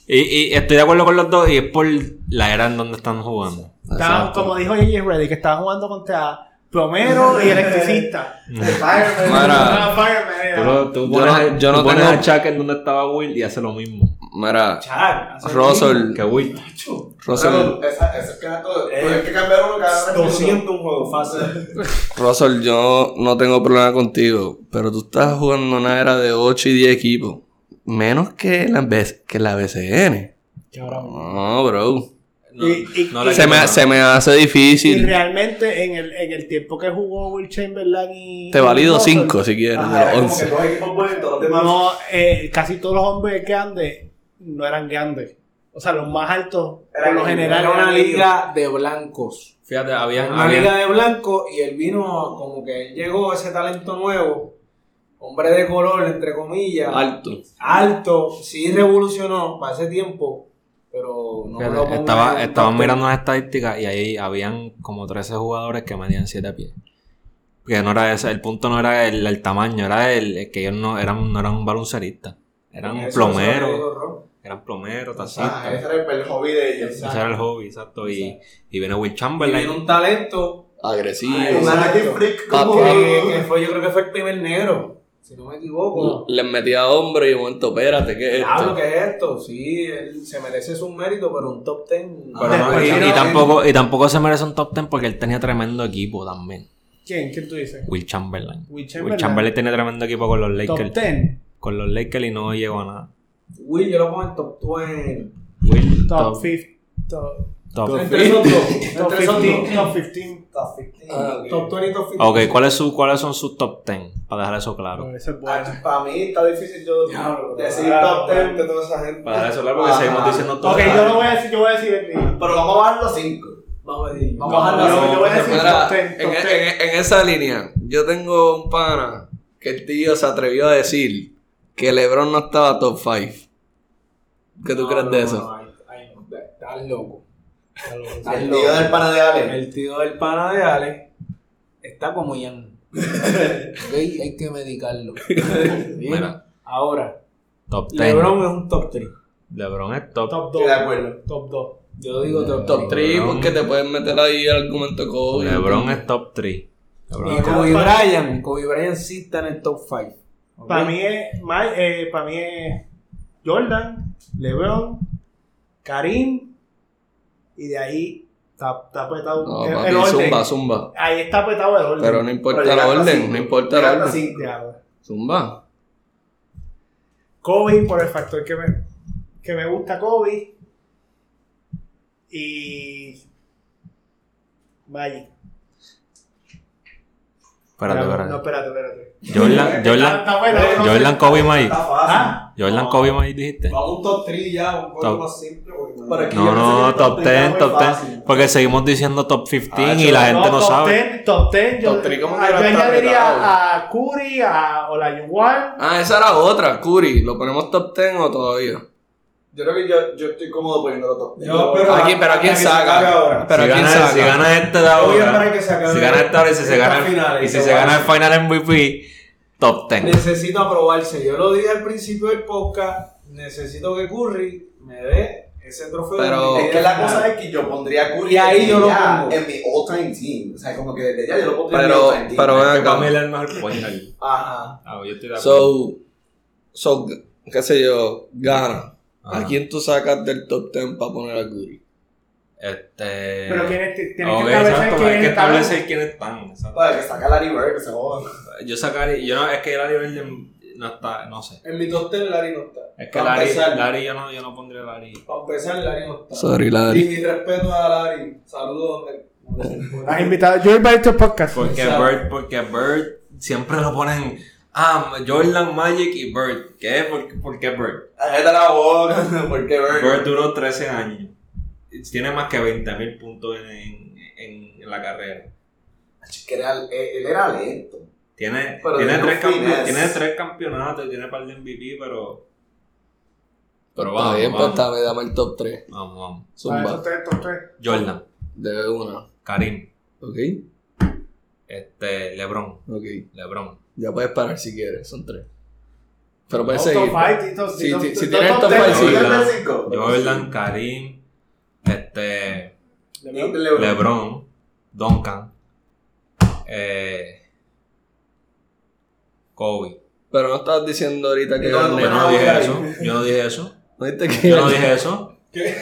S2: Y, y estoy de acuerdo con los dos y es por la era en donde están jugando.
S4: Estaba-
S3: Exacto.
S4: como dijo J.J. Reddy, que estaba jugando contra plomero y electricista.
S1: El fireman.
S3: Mara.
S4: Ah, fireman, era.
S3: Yo no- yo no tengo-
S2: Chuck en donde estaba Will y hace lo mismo.
S3: Mira,
S5: Char, hace
S3: Russell.
S2: Que Will.
S3: Russell,
S1: Pero esa- esa- cada todo-
S5: Eh,
S1: hay que cambiar uno cada vez.
S5: 200 un juego fácil.
S3: Russell, yo no tengo problema contigo, pero tú estás jugando una era de 8 y 10 equipos. Menos que la, B- que la BCN. No, bro.
S2: No,
S4: Y- y-
S2: no le
S3: Se
S2: quito
S3: me,
S2: nada.
S3: se me hace
S4: Y
S3: difícil.
S4: realmente en el, en el tiempo que jugó Will Chamberlain y.
S3: Te
S4: y
S3: valido
S4: Russell,
S3: 5 si quieres, de
S1: Ajá,
S3: los
S1: es como que
S3: 11.
S1: dos equipos buenos y todos los demás.
S4: No, eh, casi todos los hombres grandes no eran grandes. O sea, los más altos, por
S1: Eran-
S4: lo general,
S5: Era una
S4: eran ellos.
S5: liga de blancos.
S2: Fíjate, había,
S5: Una
S2: había-
S5: liga de blancos y él vino como que él llegó ese talento nuevo, hombre de color, entre comillas.
S3: Alto.
S5: alto, sí revolucionó para ese tiempo, pero no
S2: fíjate,
S5: lo pongo en
S2: estaba,
S5: el
S2: estaban
S5: top
S2: mirando las estadísticas y ahí habían como 13 jugadores que medían 7 pies. Que no era ese, el punto no era el, el tamaño, era el que ellos no eran, no eran balonceristas. Eran
S5: Eso, eso es
S2: plomeros,
S5: horror.
S2: eran plomeros,
S1: Ah,
S2: taxistas.
S1: ese era el, el hobby de ellos.
S2: Ese era el hobby, exacto. Y,
S5: Exacto.
S2: y viene Will
S5: Y
S2: Chamberlain.
S5: tiene un talento
S1: Un
S3: Agresivo.
S5: Exacto.
S1: anarchy freak como-
S5: que, que fue, yo creo que fue el primer negro, si no me equivoco.
S3: Les metía hombro y un momento, espérate, ¿qué es
S5: Hablo
S3: esto?
S5: que es esto, sí, él se merece su mérito, pero un top ten.
S2: Pero
S1: Ah,
S2: no,
S1: después
S2: y,
S1: vino
S2: y
S1: el-
S2: tampoco, y tampoco se merece un top 10 porque él tenía tremendo equipo también.
S4: ¿Quién? ¿Quién tú dices?
S2: Will Chamberlain.
S4: Will
S2: Will Chamberlain tenía tremendo equipo con los
S4: Top
S2: Lakers.
S4: 10.
S2: Con los Lakers y no llegó a nada.
S5: Will, yo lo pongo en top 20.
S2: Will
S4: Top
S2: top,
S4: 15. Top
S2: top.
S5: Entre esos dos.
S4: top
S5: Entre esos
S4: 15.
S5: dos.
S4: Top 15. Top 15.
S5: Ah, Top 20 y top 15.
S2: Ok, ¿cuál es su- ¿cuáles son sus top 10? Para dejar eso claro.
S4: Eso es bueno.
S1: Ah, Para mí está difícil yo
S5: Diablo,
S1: decir
S5: claro,
S1: top 10 de toda esa gente.
S2: Para dejar eso claro porque
S1: Ajá.
S2: seguimos diciendo top
S4: Ok, yo lo voy a decir, yo voy a decir el mío.
S1: Pero vamos a bajar los 5.
S5: Vamos a decir.
S1: Vamos a
S4: yo,
S1: bajarlo.
S4: yo voy a decir
S3: Mira,
S4: top 10.
S3: en, e-
S4: Top 10.
S3: en- en esa línea, yo tengo un pana que el tío se atrevió a decir que LeBron no estaba top 5. ¿Qué tú
S5: No,
S3: crees
S5: no,
S3: de
S5: no,
S3: eso?
S5: no, ay, ay, no, Estás loco. Estás loco. Estás
S1: El
S5: loco.
S1: tío del pana de Ale.
S5: El tío del pana de Ale está como Ian. Ok, hay que medicarlo. Bien.
S2: Mira.
S5: Ahora,
S2: Top 10. LeBron,
S5: LeBron es un top 3.
S2: es top.
S4: Top
S1: Estoy de
S4: 2.
S1: acuerdo.
S4: Top 2.
S5: Yo digo top,
S3: Top
S5: 3.
S3: 3
S2: LeBron.
S3: porque te pueden meter ahí el argumento Kobe.
S2: LeBron es top 3.
S5: Y Kobe Bryant, Kobe Bryant sí está en el top 5.
S4: Para mí es, Ma- eh, para mí es Jordan, LeBron, Karim y de ahí está, está apretado
S3: No,
S4: el,
S3: papi,
S4: el orden.
S3: zumba, zumba.
S4: Ahí está apretado el orden.
S3: Pero no importa
S1: Pero
S3: el
S1: llegaste a
S3: orden,
S1: cinco.
S3: no importa el
S1: Llegaste a
S3: orden.
S1: cinco.
S4: Ya,
S3: Zumba.
S4: Kobe por el factor que me, que me gusta Kobe y Magic.
S2: Espérate,
S4: No,
S2: espérate.
S4: espérate, espérate.
S2: Jordan,
S4: Está-
S2: Jordan,
S4: está bueno, no sé.
S2: Jordan Kobe Mike.
S1: Está fácil.
S4: Ah,
S2: Jordan Kobe Mike dijiste.
S5: Vamos un top 3 ya, un
S2: poco Top.
S5: más simple.
S1: Pero es que yo
S2: No,
S1: pensé que
S2: no,
S1: el
S2: top 10,
S1: era
S2: top
S1: muy
S2: 10.
S1: fácil.
S2: Porque seguimos diciendo top 15
S3: Ah,
S2: y la
S3: chaval,
S2: gente no
S4: top
S2: sabe.
S4: 10, top 10, yo,
S3: Top three como que
S4: ah,
S3: era
S4: yo
S3: está
S4: añadiría
S3: apretado.
S4: a Curry, a Olajuwon,
S2: Eh,
S3: Ah, esa era otra, Curry. ¿Lo ponemos top 10 o todavía?
S1: Yo creo que yo, yo estoy cómodo poniéndolo top ten.
S5: Yo, pero-
S2: Aquí- pero ¿a quién
S5: que se
S2: saca?
S5: ahora.
S2: Pero
S3: Si
S2: ¿a quién
S3: gana-
S2: saca?
S3: si gana
S2: este de
S5: Yo voy a esperar que se acabe
S2: si gana esta hora y si se
S5: estas
S2: gana,
S5: finales,
S2: y si
S5: yo
S2: se
S5: voy a-
S2: gana el final MVP, top 10.
S5: Necesito aprobarse. Yo lo dije al principio del podcast. Necesito que Curry me dé ese trofeo.
S2: Pero-
S5: de
S1: Es que la cosa es que yo pondría a Curry
S5: Y ahí yo lo
S1: ya
S5: pongo.
S1: en mi all-time team. O sea, como que desde ya yo lo pondría
S3: Pero,
S1: en mi all-time team.
S3: pero ven
S2: Para mí
S3: acá.
S2: él este es el mejor point guard.
S1: Ajá.
S2: Ah, yo estoy de acuerdo.
S3: So, so, qué sé yo, gana. ¿A
S2: Ajá.
S3: quién tú sacas del top 10 para poner a Curry?
S2: Este.
S4: Pero tienes, te- tienes
S2: Ok,
S4: que establecer
S2: exacto,
S4: quién
S2: hay que
S4: está-
S2: establecer quiénes están. exacto.
S1: Para que saca Larry Bird, que se joda.
S2: Yo sacaría. Yo no, es que Larry Bird no está. No sé.
S5: En mi top 10 Larry no está.
S2: Es que
S5: Para
S2: Larry,
S5: empezar.
S2: Larry yo, no, yo no pondría Larry.
S5: Para empezar, Larry no está.
S3: Sorry,
S5: Y
S3: Larry.
S5: mi respeto a Larry. Saludos donde. donde se
S4: Estás
S5: encuentre.
S4: invitado. Yo invito a este podcast.
S2: Porque
S5: Exacto.
S2: Bird, porque Bird siempre lo ponen. Ah, Jordan, Magic y Bird. ¿Qué? ¿Por, qué- por qué Bird?
S1: Agita la boca, porque Bird.
S2: Bird duró 13 años. Tiene más que 20.000 puntos en, en, en la carrera.
S1: Que era, él, él era lento.
S2: Tiene,
S1: Pero
S2: tiene,
S1: tiene
S2: tres
S1: un finesse.
S2: campe- tiene tres campeonatos y tiene par de MVP, pero. Pero
S3: Está
S2: vamos,
S3: bien, pues
S2: vamos,
S3: está bien, dame el top 3.
S2: vamos, vamos.
S4: Ah,
S3: Zumba.
S4: estos tres, estos tres.
S2: Jordan,
S3: De una.
S2: Karim,
S3: ¿Ok?
S2: este, LeBron,
S3: Ok.
S2: LeBron.
S3: Ya puedes parar si quieres, son tres. Pero puedes
S4: Top
S3: seguir.
S4: five, y top-
S3: Si-
S4: y top-
S3: si- si
S4: top
S3: tienes
S4: top
S3: top
S4: ten.
S3: five, sí.
S1: Jordan 5.
S2: Jordan, Karim, este,
S1: LeBron.
S2: LeBron, Duncan, eh, Kobe.
S3: Pero no estabas diciendo ahorita que
S1: No, no,
S3: gané.
S2: Yo no
S1: no,
S2: dije
S1: Kobe.
S2: eso, yo no dije eso,
S3: ¿No viste que
S2: yo no
S3: gané?
S2: dije eso.
S5: ¿Qué?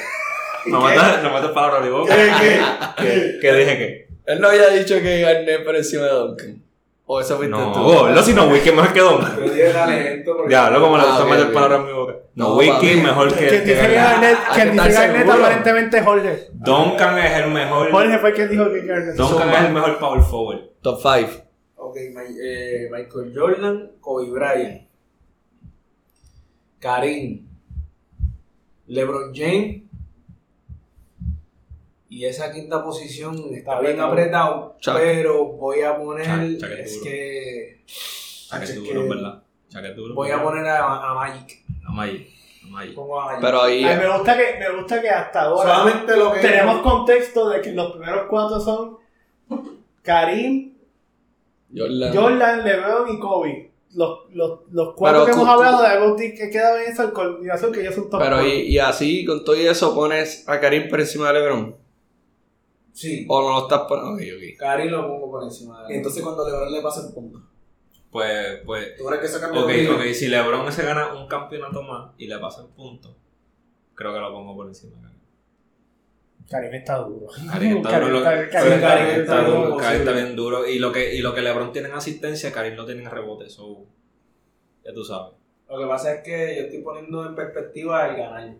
S2: No matas, no matas palabras de boca. ¿Qué? ¿Qué dije qué?
S3: Él no había dicho que gané por encima de Duncan. O eso fuiste
S2: No,
S3: tú.
S2: gordo, si no Wiki mejor que Don.
S5: Yo dije talento porque.
S2: Diablo, como le
S3: Ah,
S2: gusta
S3: ok,
S2: meter
S3: ok.
S2: palabras en mi boca. No,
S3: No,
S2: Wiki
S3: papi.
S2: mejor que,
S4: Quien
S2: que
S4: dice que
S2: Garnett.
S4: Garnett,
S3: Ah,
S4: quien
S3: que está
S4: dice Garnett
S3: seguro.
S4: aparentemente es Jorge.
S2: Duncan es el mejor.
S4: Jorge fue quien dijo que Garnett.
S2: Duncan
S3: Zumba.
S2: es el mejor power forward.
S3: Top 5.
S5: Ok, Mi- eh, Michael Jordan, Kobe Bryant, Karim, LeBron James. Y esa quinta posición está,
S4: Está
S5: bien
S4: apretado.
S5: apretado,
S3: Chaca.
S5: pero voy a poner.
S2: Chaca, chaca
S5: es
S2: duro.
S5: que.
S2: Chaque
S5: es
S2: duro,
S5: que
S2: ¿verdad? Chaque duro.
S5: Voy a poner a, a Magic.
S2: A Magic. A Magic.
S5: Pongo a Magic.
S3: Pero ahí.
S4: Ay, me, gusta que, me gusta que hasta ahora
S5: Solamente lo que.
S4: tenemos contexto de que los primeros cuatro son Karim,
S3: Jordan.
S4: Jordan, LeBron y Kobe. Los, los, los cuatro
S3: Pero
S4: que
S3: tú-
S4: hemos
S3: tú-
S4: hablado de algo que quedan en esa coordinación que ya son top
S3: Pero y,
S4: five.
S3: y así, con todo y eso, pones a Karim por encima de LeBron.
S5: Sí,
S3: O no lo estás poniendo. Ok,
S5: Karim lo pongo por encima de
S1: Entonces, cuando LeBron le pasa el punto,
S2: Pues, pues.
S1: ¿tú crees que eso cambia
S2: Ok,
S1: el
S2: ok. Si LeBron se gana un campeonato más y le pasa el punto, creo que lo pongo por encima. de Karim.
S4: Karim está duro.
S2: Karim está duro. lo-
S4: Karim-
S2: Karim
S4: Karim-
S5: Karim
S2: está duro.
S5: imposible.
S2: Karim está bien duro. Y lo que, y lo que LeBron tiene en asistencia, Karim lo tiene en rebote. So, ya tú sabes.
S5: Lo que pasa es que yo estoy poniendo en perspectiva el ganar.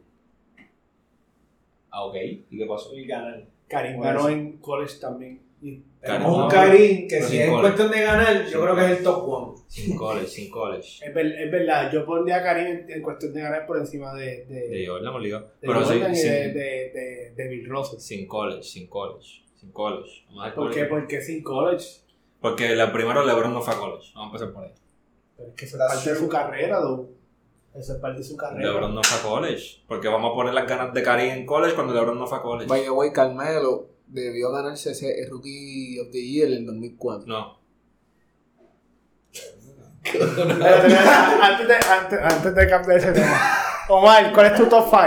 S2: Ah, ok. ¿Y qué pasó?
S5: El ganar.
S4: Karim ganó en college también. Y-
S2: Karim,
S5: Tenemos un
S2: no,
S5: Karim que
S2: pero
S5: si
S2: sin
S5: es
S2: goles.
S5: cuestión de ganar, yo creo que es el top one.
S2: Sin college, sin college.
S4: Es, ver- es verdad, yo pondría a Karim en, en cuestión de ganar por encima de, de,
S2: De Jordan, obligado.
S4: de
S2: Pero sí,
S4: Jordan y
S2: sin,
S4: de, de, de, de Bill Russell.
S2: sin college, sin college, sin college. Vamos a ver
S4: ¿Por
S2: college.
S4: qué? pues? Porque sin college.
S2: Porque la primero LeBron no fue a college. Vamos a empezar por ahí.
S4: Pero es que eso es parte de su carrera, Doug. Eso es parte de su carrera.
S2: LeBron no fue a college. Porque vamos a poner las ganas de Karim en college cuando LeBron no fue a college.
S5: By the way, Carmelo debió ganarse ese Rookie of the Year en 2004.
S2: No.
S4: Espérate, espérate, antes, de, antes, antes de cambiar ese tema. Omar, ¿cuál es tu top 5?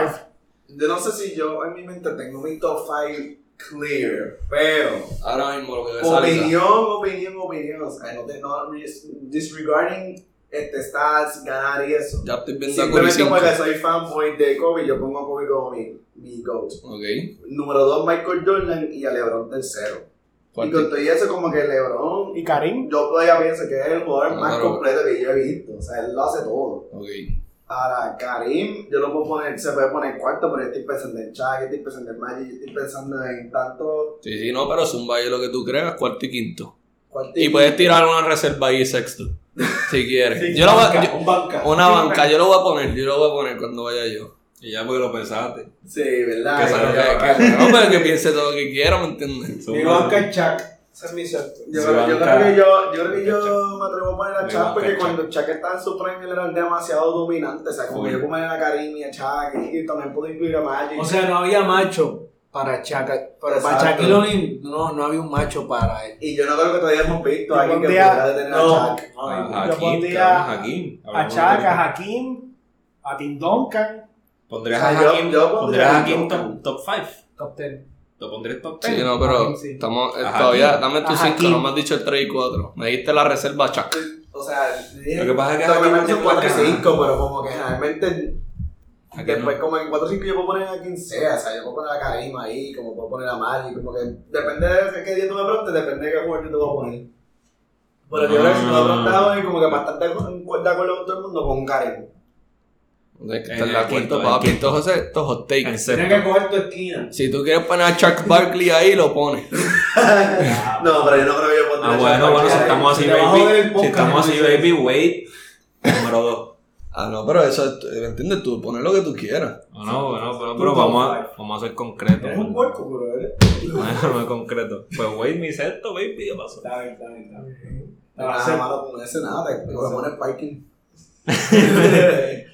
S1: Yo no sé si yo en mi mente tengo mi top 5 clear, pero
S3: Ahora mismo lo que
S1: Oh,
S3: salga.
S1: opinión, opinión, opinión. O sea, no te no dis- disregarding este stats, ganar y eso.
S3: Ya estoy viendo a Curry
S1: Simplemente porque
S3: 5.
S1: soy fanboy de Kobe, yo pongo a Kobe como mi, mi GOAT.
S3: Ok.
S1: Número 2, Michael Jordan y a LeBron tercero. Y con
S3: Cuarto.
S1: todo y eso, como que LeBron,
S4: ¿Y Karim?
S1: yo todavía pienso que es el jugador más
S3: Claro.
S1: completo que yo he visto. O sea, él lo hace todo.
S3: Ok.
S1: Ahora, Karim, yo lo puedo poner, se puede poner cuarto, pero yo estoy pensando en Chuck, yo estoy pensando en Magic, yo estoy pensando en tanto.
S3: Sí, sí, no, pero Zumba es lo que tú creas, cuarto y quinto.
S1: cuarto
S3: Y puedes tirar una reserva ahí sexto. Si quieres.
S4: Sí,
S3: yo lo voy,
S5: Banca,
S3: yo-
S5: un banca.
S3: una banca, yo lo voy a poner, yo lo voy a poner cuando vaya yo.
S2: Y ya porque lo pensaste.
S1: Sí, ¿verdad?
S2: Que salga,
S1: Yo-
S3: Que- que- no, pero que piense todo lo que quiera, ¿me entiendes?
S5: Mi banca es Shaq. Ese es mi sexto.
S1: Yo,
S2: Sí,
S1: creo, yo
S2: banca.
S1: creo que yo, yo creo que yo me atrevo a poner a
S2: Sí,
S1: Chuck
S2: banca,
S1: porque
S2: Chuck.
S1: cuando Chuck estaba en su prime él era demasiado dominante. O sea, como que
S2: Uy.
S1: yo ponía a Karim y a Chuck y, y también puedo incluir a Magic.
S5: O sea, no había macho para Chaca. Para, para
S1: Exacto.
S5: Shaquille O'Neal, no, no había un macho para él.
S1: y yo no creo que todavía hemos visto
S4: Yo
S1: a alguien que
S4: pondría-
S1: pudiera detener
S4: no.
S1: a Chuck.
S2: A
S4: Yo
S2: Ah, Hakim,
S4: pondría
S2: cabrón, Hakim.
S4: A
S2: Hablamos de
S4: Chaka,
S2: Hakim.
S4: a Hakim, a Tim Duncan,
S2: Pondrías
S1: O sea,
S2: a
S1: yo-
S2: Hakim,
S1: yo
S2: pondrías a
S1: pondría-
S2: Hakim top- top 5.
S4: top 10.
S2: Lo pondré en top 10.
S3: Sí, no, pero
S4: Sí.
S3: estamos, eh,
S2: Ajá,
S3: todavía,
S2: aquí.
S3: dame tu
S4: Ajá,
S3: 5,
S4: aquí.
S3: no me has dicho el 3 y 4. Me diste la reserva, chac.
S1: O sea,
S2: Lo que pasa es que
S1: Hakim
S2: Hakim
S1: es
S2: tiene
S1: un 4
S2: la
S1: 5, pero como que generalmente
S2: Hakim
S1: Después,
S2: no.
S1: como en 4 o 5 yo puedo poner a quien sea, o sea, yo puedo poner a Karim ahí, como puedo poner a Magic, como que depende de qué día tú me preguntes, depende de qué jugador yo te voy a poner. Pero yo creo que si me lo preguntas hoy, como que para estar de acu- de acuerdo con todo el mundo, pon Karim.
S3: Tienes
S2: En
S3: que estar de
S2: el
S3: acuerdo,
S2: Eh, quinto,
S3: papi.
S2: en quinto.
S3: Entonces, esto es hot
S2: En
S3: take.
S5: Tienes
S2: sexto.
S5: que coger tu esquina.
S3: Si tú quieres poner a Chuck Barkley ahí, lo pones.
S1: No, pero yo no creo que yo pondría
S2: Ah,
S1: a
S2: bueno,
S1: Chuck
S2: bueno, si
S1: Barkley.
S2: estamos así,
S5: Te vas a joder el
S2: baby. Si
S5: podcast,
S2: estamos así,
S5: entonces.
S2: baby, wait. Número 2.
S3: Ah, no, pero eso, es- ¿me entiendes? Tú pones lo que tú quieras.
S2: No, bueno, pero,
S5: Tú
S2: pero
S5: top
S2: vamos, a, vamos a ser concretos.
S5: Eres un
S2: Bueno,
S5: puerco, bro. eres-
S2: no es concreto. Pues wait, mi sexto, baby, ¿qué pasó?
S5: Está bien, está bien, está bien.
S1: No, nada malo con ese, nada, te te voy a poner parking.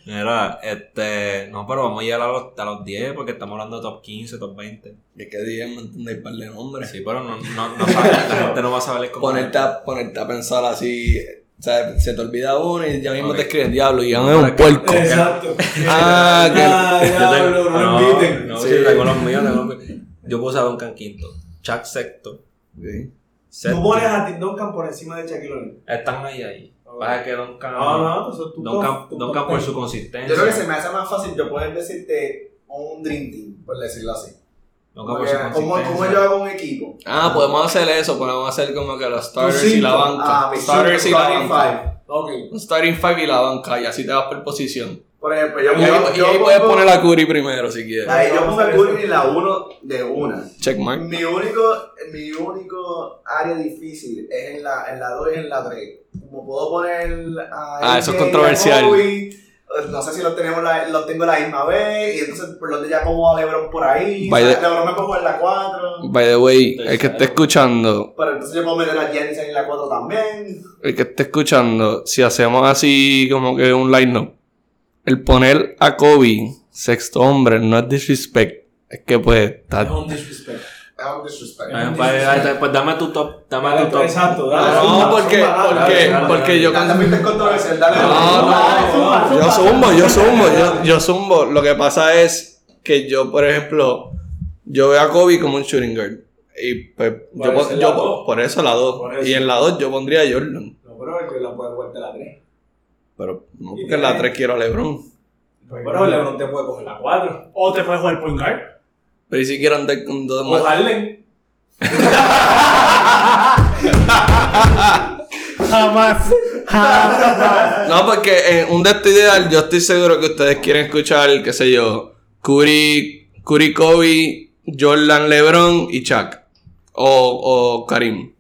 S2: Mira, este. No, pero vamos a llegar a los, a los 10 porque estamos hablando de top 15, top 20.
S3: Y es que dije, ¿me entiendes? Hay par de nombres.
S2: Sí, pero no, no, no sabe- la gente no va a saber cómo.
S3: Ponerte a, ponerte a pensar así, o sea, se te olvida uno y ya mismo
S2: Ok.
S3: te escriben, diablo, y es un puerco.
S5: Exacto.
S3: Ah, que-
S5: Ah,
S2: Yo tengo-
S5: diablo, no
S2: no,
S5: inviten.
S2: no,
S3: Sí.
S2: sí, tengo los míos, tengo los míos. Yo puse a Duncan quinto, Chuck sexto,
S3: Sí.
S5: Tú
S2: séptimo.
S5: pones a Tim Duncan por encima de Shaquille O'Neal.
S2: Están ahí, ahí. Pasa que Duncan,
S5: No,
S4: Ah,
S5: no, pues tú
S2: Duncan,
S5: tú-
S2: Duncan por su
S1: Yo
S2: consistencia,
S1: creo que se me hace más fácil yo poder decirte un Dream Team, por decirlo así.
S2: Duncan
S1: Como
S2: por su
S1: que, Eh, ¿Cómo cómo yo
S2: consistencia.
S1: hago un equipo?
S3: Ah, podemos hacer eso, podemos hacer como que los starters y la
S5: cinco.
S3: banca.
S1: Ah, mi
S3: starters y la
S1: starting
S3: banca.
S1: five.
S5: Ok.
S3: Un starting five y la banca, y así te vas por posición.
S1: Por ejemplo, yo
S3: Y ahí, y ahí
S1: yo
S3: puedes
S1: pongo-
S3: poner la Curry primero si quieres.
S1: Ahí yo pongo el Curry en la 1 de una.
S3: Checkmark.
S1: Mi único, mi único área difícil es en la, en la 2 y en la 3. Como puedo poner a
S3: Ah, eso
S1: MJ y
S3: es
S1: a
S3: controversial.
S1: Kobe, no sé si los, tenemos la, los tengo la misma vez. Y entonces, por donde ya pongo a LeBron por ahí.
S3: By
S1: o sea,
S3: the-
S1: LeBron me pongo en la 4.
S3: By the way, el que esté escuchando,
S1: Pero entonces yo puedo meter a Giannis en la 4 también.
S3: el que esté escuchando, si hacemos así como que un line-up, el poner a Kobe, sexto hombre, no es disrespect. Es que pues
S5: Es
S3: está.
S5: un disrespect.
S1: Es un disrespect.
S2: Ah, pues, ah, Pues dame tu top, dame tu top.
S5: Exacto, dale.
S3: No,
S5: zumba,
S3: porque,
S5: zumba, dale,
S3: porque,
S5: dale, dale,
S3: porque
S5: dale.
S3: yo
S1: Ah,
S3: con-
S1: También es controversial. Dale,
S3: No,
S1: dale.
S3: no.
S4: Ah,
S3: Yo zumbo, yo zumbo, yo, yo zumbo. Lo que pasa es que yo, por ejemplo, yo veo a Kobe como un shooting guard. Y pues,
S5: Por
S3: yo,
S5: eso
S3: pon-
S5: en
S3: yo
S5: la
S3: pon-
S5: dos.
S3: por eso la
S5: Por
S3: 2.
S5: eso.
S3: Y en la 2 yo pondría a Jordan.
S5: No, pero el que la puede coger de la 3.
S3: Pero no
S5: Y
S3: porque
S5: de
S3: en la
S5: ahí-
S3: 3 quiero a LeBron.
S5: Pero el Lebron te puede coger la 4.
S4: O te puedes jugar point guard.
S3: Pero y si quiero andar con dos
S5: O
S3: más.
S5: Harlem.
S4: Jamás. Jamás.
S3: No, porque en un de estos ideal yo estoy seguro que ustedes quieren escuchar, qué sé yo, Curry, Curry Kobe, Jordan, LeBron y Chuck. O, o Karim.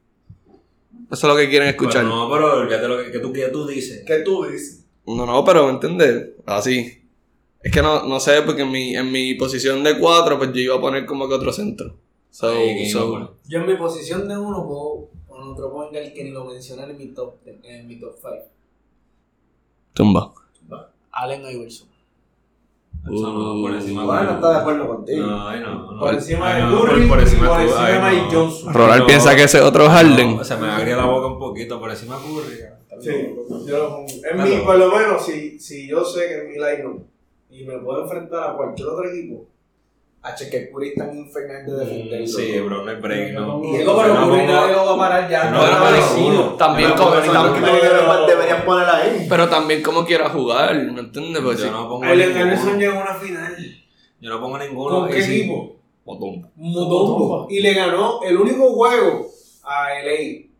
S3: Eso es lo que quieren escuchar.
S2: Pero no, pero olvídate lo que, que tú, que tú dices.
S1: ¿Qué tú dices?
S3: No, no, pero ¿me entiendes? Así. Es que no, no sé, porque en mi, en mi posición de 4, pues yo iba a poner como que otro centro. So,
S2: Ahí, que
S3: so-
S2: iba a poner.
S5: Yo en mi posición de 1 puedo poner otro point guard que ni lo mencioné en mi top 5. En mi top 5.
S3: Tumba.
S5: Allen Iverson.
S2: Eso no,
S3: Uh.
S2: por encima
S1: Bueno, no
S2: de-
S1: está de acuerdo contigo.
S2: No, ay, no, no.
S5: Por encima
S2: Ay,
S5: de
S2: no,
S5: Curry. Por encima
S2: de Curry,
S5: de
S2: ay,
S5: Mike
S2: no.
S5: Johnson.
S3: Ronald
S2: No.
S3: piensa que ese es otro Harden.
S2: No, se me abría la boca un poquito, por encima de Curry.
S5: Sí, yo lo pongo.
S1: En
S2: Ah,
S1: mi, por lo menos, si, si yo sé que en mi line y me puedo enfrentar a cualquier otro equipo, a Cheque Curry es tan infernal de defenderlo.
S2: Mm, Sí, bro, no hay break,
S1: Y
S2: no.
S1: luego,
S2: Yo
S1: pero
S2: no
S1: Curry
S2: pongo-
S1: nadie lo va a parar ya.
S2: No,
S1: ha
S2: no,
S1: aparecido.
S2: no.
S3: También
S1: Pero
S3: como,
S1: por eso no,
S3: tam-
S1: que deberían- deberían poner ahí.
S3: pero también como quiera jugar, ¿me entiendes? Pues, sí.
S2: Yo no pongo
S5: Allen Iverson
S2: ninguno.
S5: llegó a una final.
S2: Yo no pongo ninguno.
S5: ¿Con qué
S2: y sí.
S5: equipo?
S3: O tumba.
S5: Motombo. Y le ganó el único juego a LA.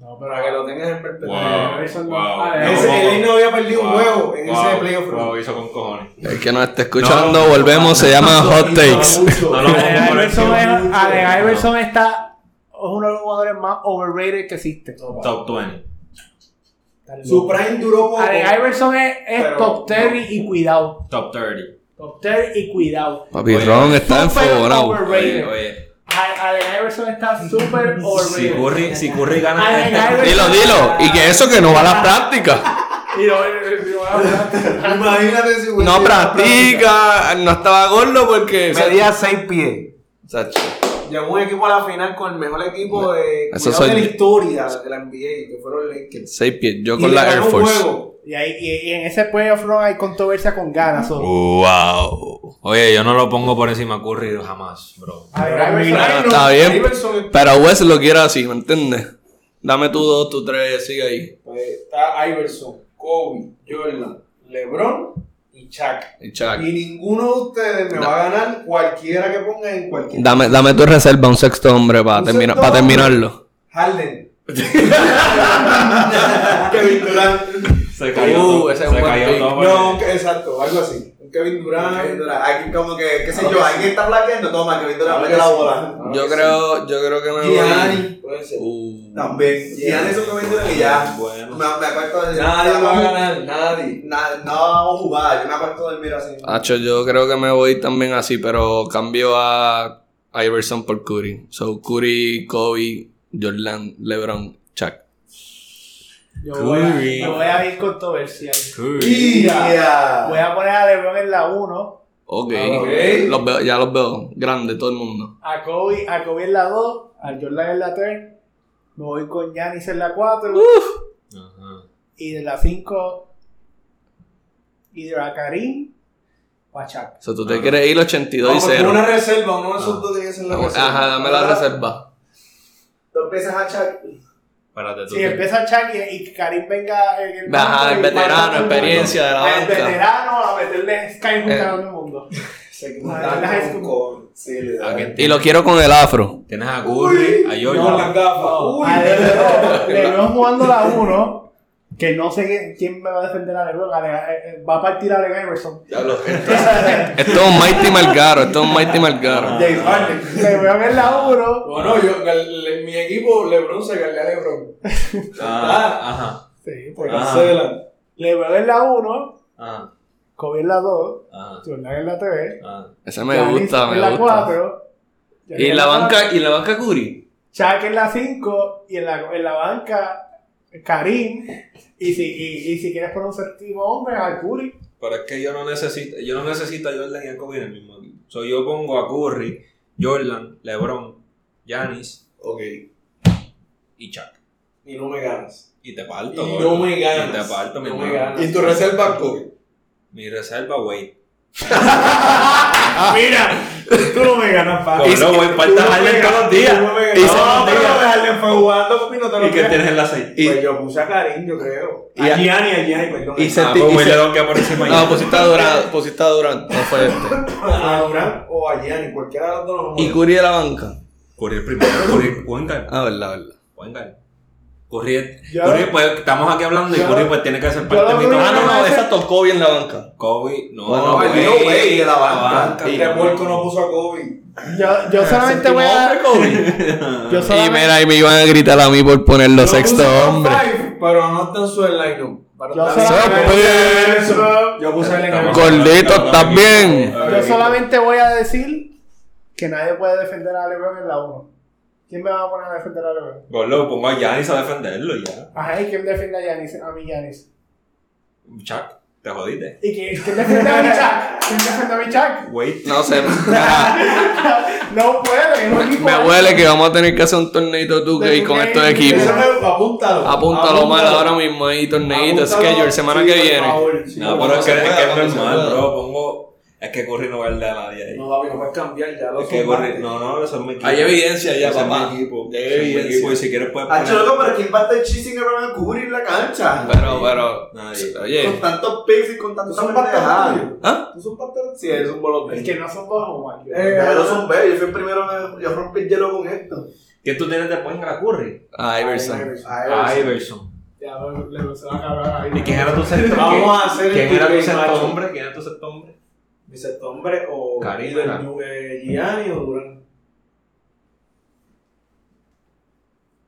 S4: No,
S5: Para que lo tengas en perspectiva.
S2: Wow,
S4: Eso no-
S2: wow.
S4: ah,
S5: Ese,
S4: No,
S5: LA no había perdido un
S2: Wow,
S5: juego en ese
S2: wow,
S5: playoff.
S2: Wow, hizo con cojones.
S3: El que nos esté escuchando,
S2: No, no,
S3: volvemos, se llama
S1: No,
S3: Hot
S1: no,
S3: Takes.
S1: mucho.
S2: No, no,
S4: Allen
S2: no,
S4: Iverson,
S2: no,
S4: es-
S2: no,
S4: Allen
S2: no.
S4: Iverson está. Es uno de los jugadores más overrated que existe.
S2: Top 20.
S5: Su prime duró poco.
S4: Allen Iverson es, es
S5: Pero-
S4: top Terry y cuidado.
S2: Top 30.
S4: Top Terry y cuidado.
S3: Papi,
S2: Oye,
S3: Ron está
S4: Super
S3: enfogonado.
S4: overrated.
S2: Oye, oye.
S4: A- Allen Iverson está súper
S2: Si
S4: overrated.
S2: Curry, si Curry gana
S4: Allen
S2: esta-
S4: Iverson-
S3: Dilo, dilo. Y que eso que no va a la práctica.
S4: Y no, y no, y no,
S1: Imagínate si hubiese
S3: No
S1: ido a la
S3: practica. No estaba gordo porque.
S5: Medía 6 pies.
S3: Sacho.
S5: Llegó un equipo a la final con el mejor equipo de,
S3: Eso
S5: cuidado
S3: soy
S5: de la
S3: yo.
S5: historia de la NBA, que fueron los Lakers.
S3: Seis pies. Yo
S5: Y
S3: con
S5: le
S3: la
S5: ganó
S3: Air
S5: un
S3: Force.
S5: juego.
S4: Y, ahí- y- y en ese playoff no hay controversia con ganas.
S3: Oh,
S4: so-
S2: Wow. Oye, yo no lo pongo por encima a Curry jamás, bro.
S4: A ver,
S5: Pero
S4: Iverson-
S5: mira,
S4: Ay, no.
S3: Está bien.
S5: Iverson es-
S3: Pero Wes lo quiere así, ¿me entiendes? Dame tu dos, tu tres, sigue ahí.
S5: pues, está Iverson, Kobe, Jordan, LeBron y Shaq.
S3: Y Shaq.
S5: Y ninguno de ustedes me va a ganar cualquiera que ponga en cualquier.
S3: Dame, dame tu reserva, un sexto hombre, para
S5: Un
S3: terminar,
S5: sexto
S3: para
S5: hombre.
S3: terminarlo.
S5: Harden.
S1: Kevin Durant.
S2: Se
S3: cayó- Uh, ese es un
S2: se
S3: buen
S2: cayó
S3: pick.
S2: todo.
S5: No, un- exacto, algo así. Un Kevin Durant.
S1: Kevin Durant. Aquí como que, qué sé yo,
S5: Claro que sí.
S1: alguien está flaqueando, toma, Kevin Durant,
S5: Claro
S1: mete
S5: que
S1: la
S5: sí.
S1: bola.
S5: Claro
S3: Yo
S5: que
S3: creo, yo creo que me voy.
S1: Gianni.
S5: Puede ser.
S3: Uh.
S1: También. Gianni es un Kevin Durant y ya. Me, me aparto de...
S5: Nadie
S1: no
S5: va a ganar, nadie. Ah,
S1: Na- no vamos a jugar, yo me aparto del miro así.
S3: Acho, yo creo que me voy también así, pero cambio a Iverson por Curry. So, Curry, Kobe, Jordan, LeBron, Chuck.
S4: Yo voy a-
S2: Curry.
S4: yo voy a ir controversial.
S2: Curry.
S1: ¡Ya!
S4: Voy a poner a LeBron en la 1,
S3: Ok.
S5: Ok.
S3: Los veo, ya los veo. Grande, todo el mundo.
S4: a Kobe, a Kobe en la 2, a Jordan en la 3, me voy con Giannis en la 4
S2: Ajá.
S4: y de la 5 y de a Karim o a Shaq.
S3: So, tú te quieres ir 82 y
S5: Vamos, con
S3: 0.
S5: una reserva, uno de esos
S2: Ah.
S5: dos tiene que ser la reserva.
S3: Ajá, dame la reserva.
S1: Tú empiezas a echar.
S2: Espérate tú.
S4: Si empieza Shaq y, y Karim venga en el
S3: Ajá, el
S4: banco y
S3: veterano,
S4: mata a todo el mundo.
S3: experiencia de la
S4: Ah, El
S3: banca.
S4: veterano a meterle Skyhook
S3: Eh.
S4: a todo el mundo.
S5: Se
S4: Ah, la high
S5: quitaron
S4: school.
S5: con
S1: Sí, le
S2: ¿A
S1: da.
S2: quién
S3: Y
S2: tienes?
S3: lo quiero con el afro.
S2: Tienes a Curry, a
S5: con las
S2: Jordan.
S5: gafas. Uy,
S4: A LeBron, LeBron jugando la 1, que no sé quién- quién me va a defender a LeBron. a Le- eh, eh, Va a partir a LeBron Iverson.
S3: Esto es un Mighty Malgaro, esto es un Mighty Malgaro.
S1: James Harden.
S4: LeBron en la 1.
S5: Bueno, yo, el- el- mi equipo LeBron se galea a LeBron.
S2: Ah, ajá.
S4: Sí,
S5: Se
S4: porque
S2: Ah.
S5: cancela.
S4: LeBron en la 1,
S2: Ah,
S4: Kobe en la 2,
S2: ah,
S4: Jordan en la 3,
S2: ah.
S3: Ese me gusta,
S4: en la
S3: me gusta.
S4: 4,
S3: Y la banca, y la banca Curry.
S4: Shaq en la 5 y en la, en la banca Karim. Y si, y, y si quieres poner un séptimo hombre, al Curry.
S2: Pero es que yo no necesito, yo no necesito a Jordan y a Kobe en el mismo equipo. So, yo pongo a Curry, Jordan, LeBron, Giannis
S5: Ok.
S2: y Chuck.
S5: Y no me ganas.
S2: Y te parto.
S5: Y no
S2: gordo.
S5: me ganas.
S2: Y te parto, mi
S5: No me
S2: hermano.
S5: ganas.
S1: ¿Y tu reserva, Kobe?
S2: Mi reserva, güey.
S5: Ah.
S4: Mira, tú no me ganas, padre.
S2: Cabrón, Pues güey, falta Harden todos los días.
S5: No me
S3: Y
S5: ganas.
S3: se-
S5: No, pero Harden fue jugando papi, no te lo
S2: ¿Y qué
S5: creas.
S2: tienes en la 6?
S3: Y-
S5: Pues yo puse a Karim, yo creo.
S3: Y
S5: a
S3: a-
S5: Gianni, a Gianni, perdón.
S3: y se-
S2: Ah, pues güey, le doy que por encima ya.
S3: No, pues pusiste a Durant, pusiste a Durant, no fue este.
S4: Ah.
S5: a Durán o a Gianni, cualquiera de los dos.
S3: Y Curry de la banca.
S2: Curry el primero, Curry, Wengar.
S3: Ah, verdad, verdad.
S2: Wengar. Curry, es-
S4: Yo-
S2: Curry, pues estamos aquí hablando y
S4: yo-
S2: Curry pues tiene que ser
S4: yo
S2: parte de
S4: lo
S2: mi
S4: único
S2: top.
S3: Ah, no, no,
S4: Ese-
S3: esa tocó bien la banca.
S2: Kobe, no,
S3: Bueno,
S2: no,
S1: no,
S2: güey.
S1: no, güey, de la banca.
S5: Y
S2: güey.
S5: Reporco no puso a Kobe.
S4: Yo, yo solamente voy a. Yo
S3: Y
S4: solamente,
S3: mira, y me iban a gritar a mí por ponerlo
S5: Yo
S3: sexto
S5: puse a top
S3: hombre.
S5: five, Pero no está en su line-up. Pero
S4: Yo
S5: está
S4: solamente-
S5: bien. Yo puse a Allen
S2: Estamos-
S5: Iverson.
S3: Gordito, ¿estás bien?
S4: yo solamente voy a decir que nadie puede defender a LeBron en la 1. ¿Quién me va a poner a defender a LeBron?
S2: Gordo, pongo a Giannis a defenderlo y ya.
S4: Ajá, ¿y quién defiende a Giannis? A mi Giannis.
S2: Chuck, te jodiste.
S4: ¿Y quién, quién defiende a mi Shaq? ¿Quién defiende a mi Shaq?
S2: Wait.
S3: No sé.
S4: No puede, no equipo.
S3: Me huele que vamos a tener que hacer un torneito tú que con estos equipos.
S5: Eso me- apúntalo.
S3: Apúntalo mal ahora mismo ahí, torneito,
S5: Apúntalo.
S3: schedule, semana
S5: Sí,
S3: que
S5: por
S3: viene.
S5: favor, sí,
S2: No,
S5: por
S2: pero es que,
S5: favor.
S2: es que es
S1: cuando se
S2: normal,
S1: pueda.
S2: bro. Pongo. Es que Curry no va a darle a nadie ahí.
S5: No, papi, no puedes cambiar ya. lo
S2: es que Curry.
S5: zumbaste.
S2: No, no, eso es mi equipo.
S3: Hay evidencia ya,
S2: Ese es mi
S3: papá.
S2: equipo.
S3: Ya hay
S2: Ese es mi
S3: evidencia.
S2: equipo, Y si quieres puedes
S1: Ah,
S2: poner.
S1: loco, pero ¿quién va a estar chasing a Ronald Curry en la cancha?
S3: Pero, pero.
S2: Nadie.
S1: Con
S3: Oye.
S1: tantos picks y con
S5: Tú
S1: tantos
S5: son bastardos,
S1: pendejadas.
S5: tío.
S3: ¿Ah?
S5: Tú son bastardos.
S1: Sí, eres un bolón.
S4: El que no son dos, Juan.
S5: Eh,
S1: Pero son bellos, yo fui el primero, yo rompí el hielo con esto.
S2: ¿Quién tú tienes después en la Curry?
S3: Ah, Iverson.
S1: Ah, Iverson.
S2: Iverson.
S4: Ya, le se va a acabar ahí.
S2: ¿Y quién era tu sexto?
S5: Vamos a hacer el
S2: ¿Quién era tu
S5: debate,
S2: sexto
S5: macho.
S2: hombre? ¿Quién era tu sexto hombre?
S5: Mi sexto hombre o
S2: Karim,
S5: del-
S2: Durán.
S5: eh, Gianni o Durán.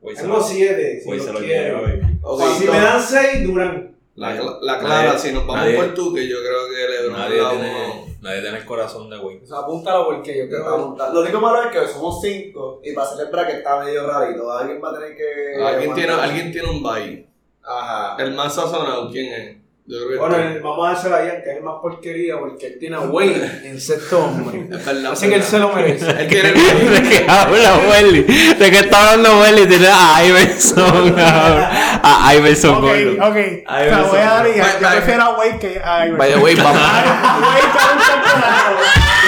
S2: Güey, Pues se
S5: Tengo
S2: lo-
S5: siete. Si
S2: güey,
S5: los
S2: se lo
S5: quiero.
S2: lleva. güey.
S5: O si me dan seis, Durán.
S3: La, la clara,
S2: Nadie-
S3: si nos vamos
S2: nadie-
S3: por tú, que yo creo que Lebron
S2: Nadie
S3: la
S2: tiene. Nadie tiene el corazón de Wade.
S5: Eso apúntalo porque yo
S1: Te va a
S5: creo
S1: montar. Lo único malo es que somos cinco y para hacer el bracket está medio rarito. Alguien va a tener que.
S3: ¿Alguien, tiene,
S1: aguantar.
S3: alguien tiene un bye.
S1: Ajá.
S3: El más sazonado, ¿quién es? Yo creo que
S1: Pues
S5: que. Bueno,
S3: está-
S5: el- vamos a dárselo a Ian, que es el más porquería, porque él tiene a Wade en sexto hombre.
S3: es verdad,
S5: Así que él
S3: verdad.
S5: se lo merece.
S3: Él tiene
S6: ¿De qué habla Welly? ¿De qué está hablando Welly? Tiene a Iverson. A, a Iverson
S4: Ok,
S6: Gordo.
S4: ok.
S3: Ahí
S4: Te la voy a dar y
S3: va.
S4: yo prefiero a Wade que a Iverson.
S6: By the way, vamos.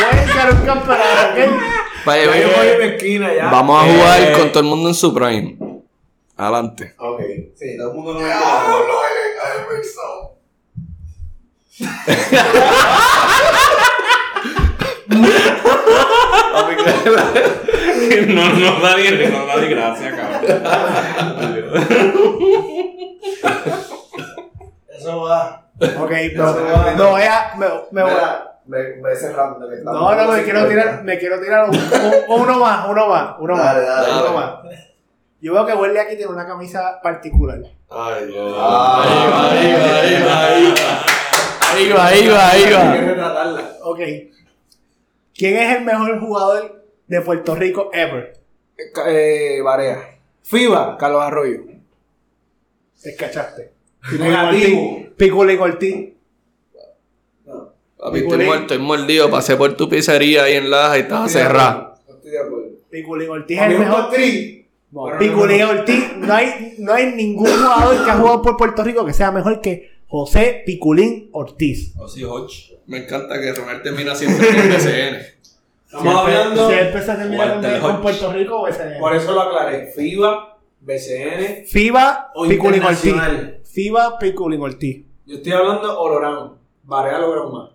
S4: Wade gana un campeonato. Wade gana un campeonato, ¿ok?
S6: by the
S5: Yo
S6: way,
S5: voy en mi esquina ya.
S6: vamos a jugar
S5: Eh,
S6: con todo el mundo en su prime. Adelante.
S1: Ok. Sí, todo el mundo lo ve. ¡Diablo, Iverson!
S2: no, no, nadie, no, nadie, gracias, cabrón.
S5: Eso va.
S4: Ok,
S1: se va.
S4: no, no voy a. Me, me voy a-
S1: Mira, me, me cerrando. que estamos
S4: No, no, me
S1: cinco
S4: quiero tirar,
S1: ya.
S4: me quiero tirar un- un- uno más, uno más, uno más.
S1: Dale, dale,
S4: uno
S1: dale.
S4: más. Yo veo que Welly aquí tiene una camisa particular.
S3: Ay, Dios.
S1: Ahí va, ahí va, ahí va, ahí
S6: Ahí va, ahí va, ahí
S5: Hay que
S6: va.
S5: retratarla.
S4: Ok. ¿Quién es el mejor jugador de Puerto Rico ever?
S5: Eh, Varea. FIBA, Carlos Arroyo.
S4: Te escachaste.
S5: Negativo.
S4: Piccolo y Cortí.
S6: Papi, estoy muerto, estoy mordido. Pasé por tu pizzería ahí en Laja y estaba cerrada.
S5: No estoy de acuerdo.
S4: Piccolo y Ortiz es
S5: Para mí
S4: el
S5: es un
S4: mejor.
S5: top three. Pero no,
S4: Piccolo y
S5: no, no.
S4: Ortiz. No hay, no hay ningún jugador que ha jugado por Puerto Rico que sea mejor que José Piculín Ortiz.
S2: O si Hodge.
S3: Me encanta que Robert termina siempre en BCN.
S5: Estamos hablando.
S4: Siempre se termina
S2: Walter
S4: con- con
S2: Hodge.
S4: Puerto Rico o ese.
S5: Por eso lo aclaré. FIBA, BCN.
S4: FIBA,
S5: O
S4: Piculín Ortiz.
S5: internacional.
S4: FIBA, Piculín Ortiz.
S5: Yo estoy hablando Olorán. Varea logró más.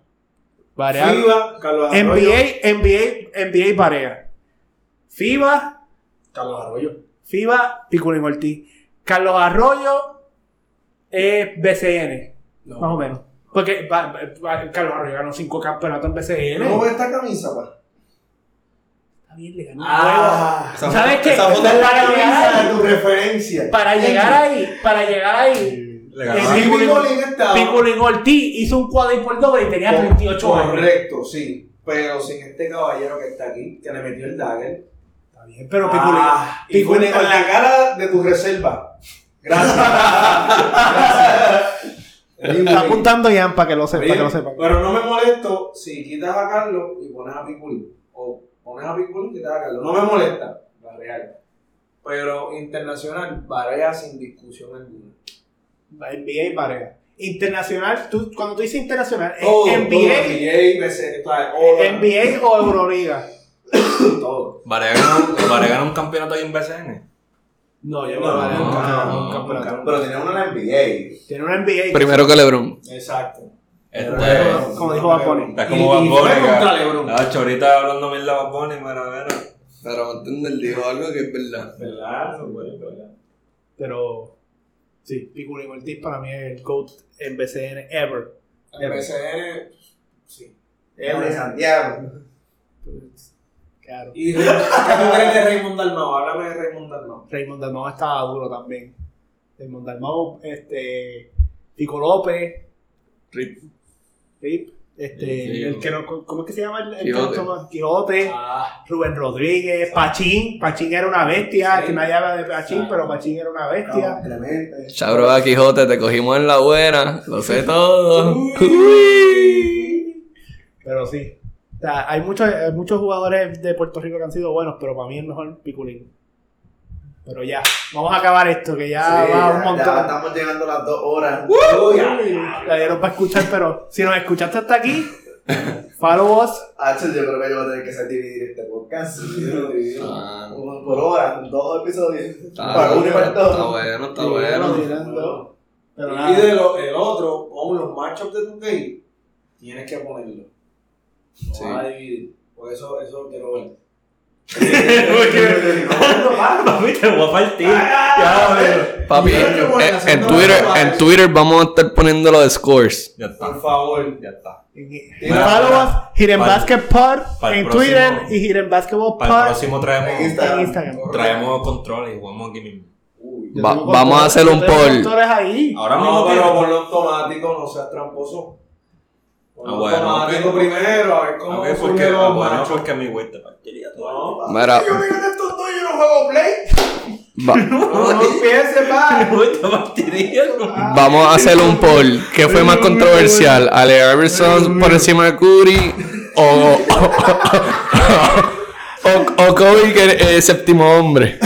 S4: Varea.
S5: FIBA, Carlos Arroyo.
S4: NBA, NBA, NBA Varea. FIBA,
S5: Carlos Arroyo.
S4: FIBA, Piculín Ortiz. Carlos Arroyo es BCN,
S5: No.
S4: más o menos. Porque va- va- Carlos Arroyo ganó cinco campeonatos en BCN.
S1: ¿Cómo ve esta camisa, pa?
S4: Está bien, le ganó un
S5: Ah,
S4: juego. ¿Sabes qué?
S1: Esa foto es la
S4: Para llegar
S1: camisa
S4: ahí-
S1: de tu referencia.
S4: para llegar ahí, para llegar ahí,
S2: Le
S4: ganó.
S2: ganó.
S1: Sí, este Picolín estaba.
S4: Piculín Ortiz hizo un cuadro por doble y tenía 38 años.
S1: Correcto, sí. Pero sin este caballero que está aquí, que le metió el dagger.
S4: Está bien, pero Piculín.
S1: Ah, y fue
S4: Piculín
S1: en la
S4: Ortiz.
S1: cara de tu reserva. Gracias.
S4: Está
S1: Gracias.
S4: apuntando Ian para que lo sepa.
S1: Oye,
S4: Para que lo sepa.
S1: Pero no me molesto si quitas a Carlos y pones a Piculín. O pones a Piculín y quitas a Carlos. No me molesta.
S5: la Real. Pero internacional, Varea sin discusión alguna.
S4: La NBA pareja. Internacional, tú, cuando tú dices internacional, ¿es
S1: Todo,
S4: NBA,
S1: todo, NBA, BC, está, hola,
S4: NBA o Euroliga?
S1: todo.
S2: Varea ganó, Varea ganó un campeonato ahí en BCN.
S5: No,
S1: No,
S5: no,
S1: no,
S5: nunca.
S1: no,
S5: nunca,
S1: nunca.
S5: nunca.
S1: Pero tenía uno en la NBA.
S4: Tiene una NBA.
S6: Primero que LeBron.
S5: Exacto.
S2: Este.
S4: como dijo Bad Bunny.
S2: Está
S5: Y-
S2: como Bad
S5: y
S2: Bunny.
S5: fue contra
S2: cabrón.
S5: LeBron.
S2: La chorita hablando mierda Bad Bunny, mira, mira.
S3: Pero me entiende, él dijo algo que es verdad.
S5: ¿Verdad? Eso fue, ¿verdad?
S4: Pero, sí, Piculín Ortiz para mí es el GOAT en BCN ever.
S5: El BCN, sí.
S4: Eh,
S1: El de Santiago.
S4: Claro.
S5: ¿Y Rey- qué tú crees de Raymond Dalmau? Háblame de Raymond Dalmau.
S4: Raymond Dalmau estaba duro también. Raymond Dalmau, este, Pico López,
S3: Rip.
S4: Rip, este,
S2: Sí,
S4: el
S2: sí.
S4: que no, ¿cómo es que se llama? El, el que
S3: Quijote.
S4: no toma- Quijote.
S5: Ah,
S4: Rubén Rodríguez, Pachín, Pachín era una bestia,
S5: Sí.
S4: que nadie habla de Pachín,
S5: Sí.
S4: pero Pachín era una bestia.
S1: Clemente.
S6: Chabro a Quijote, te cogimos en la buena. Lo sé todo. Uy.
S4: Pero sí. O sea, hay muchos, hay muchos jugadores de Puerto Rico que han sido buenos, pero para mí el mejor Piculín. Pero ya, vamos a acabar esto, que ya
S1: Sí,
S4: va
S1: ya-
S4: un
S1: ya
S4: montón.
S1: estamos llegando a las dos
S4: ¡Uh!
S1: horas.
S4: La dieron para escuchar, pero si nos escuchaste hasta aquí, follow us.
S1: Axel, yo creo que yo voy a tener que hacer dividir este podcast.
S3: Ah,
S1: Uno por hora, dos episodios.
S3: está,
S1: para uno y para
S3: Ah, está
S1: todos.
S3: bueno, está
S4: Sí,
S3: bueno.
S4: mirando. Pero
S5: y
S4: nada,
S5: de lo, el otro, con los matchups de tu game, tienes que ponerlo. No
S3: Sí.
S5: vas a dividir. Por eso, eso quiero ver.
S2: Papi, te voy a partir. Ya, veo.
S6: Papi,
S1: Mira, qué buena,
S3: eh,
S6: en, en
S1: haciendo
S6: Twitter,
S1: la
S6: en Twitter vamos a estar poniendo los scores.
S2: Ya está,
S5: Por favor.
S2: ya está.
S4: Mira, follow us, Hidden
S2: para-
S4: Basket Pod
S2: para el
S4: en Twitter
S2: próximo-
S4: y Hidden Basketball
S2: Para el
S4: Pod
S2: próximo
S1: En
S2: traemos,
S1: Instagram.
S4: en Instagram.
S2: traemos control y jugamos aquí mismo.
S1: Uy.
S4: Yo
S6: Va-
S4: tengo
S6: vamos a hacer un
S4: yo tengo
S6: poll.
S2: Ah.
S4: controles ahí.
S2: Ahora
S5: No,
S2: mismo
S5: Ah, pero
S2: pero
S5: ponlo automático, no seas tramposo.
S2: Ah, bueno,
S5: Toma,
S2: ok.
S5: tengo primero, a ver cómo
S2: Ok,
S5: surgen
S2: porque,
S5: los
S2: ah, bueno,
S5: machos.
S2: porque mi güey te partiría todo.
S5: No,
S1: Yo
S3: Mira,
S1: digo estos dos, yo no juego Play.
S3: va-
S5: no, no empieces,
S2: Mi
S5: pa.
S2: güey te partiría como-
S3: vamos a hacer un poll. ¿Qué fue más controversial? ¿Ale Iverson por encima de Curry o, o, o- o Kobe que es el séptimo hombre?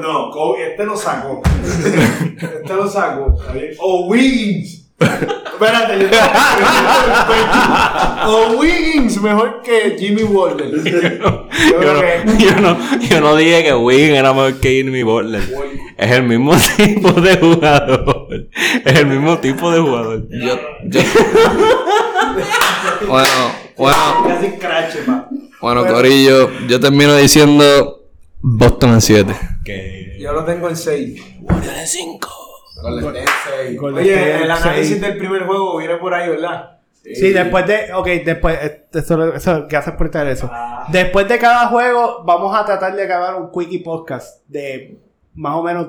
S4: No, Kobe, este lo sacó.
S5: Este lo saco.
S1: Oh,
S4: O Wiggins. Espérate, yo O Wiggins, mejor que Jimmy Walden. Yo
S6: Yo
S4: creo
S6: no,
S4: que.
S6: yo, no, yo no dije que Wing era mejor que Jimmy Butler. Es el mismo tipo de jugador. Es el mismo tipo de jugador.
S3: Yo, yo- Bueno, bueno.
S4: Casi crash, pa.
S3: Bueno, Corillo, yo termino diciendo Boston en 7.
S2: Que-
S5: Yo lo tengo en 6.
S1: Golden State.
S5: Oye, el análisis del primer juego viene por ahí, ¿verdad?
S4: Sí, después de. Ok, después. eh, Eso, eso, gracias por traer eso. Después de cada juego, vamos a tratar de acabar un quickie podcast de más o menos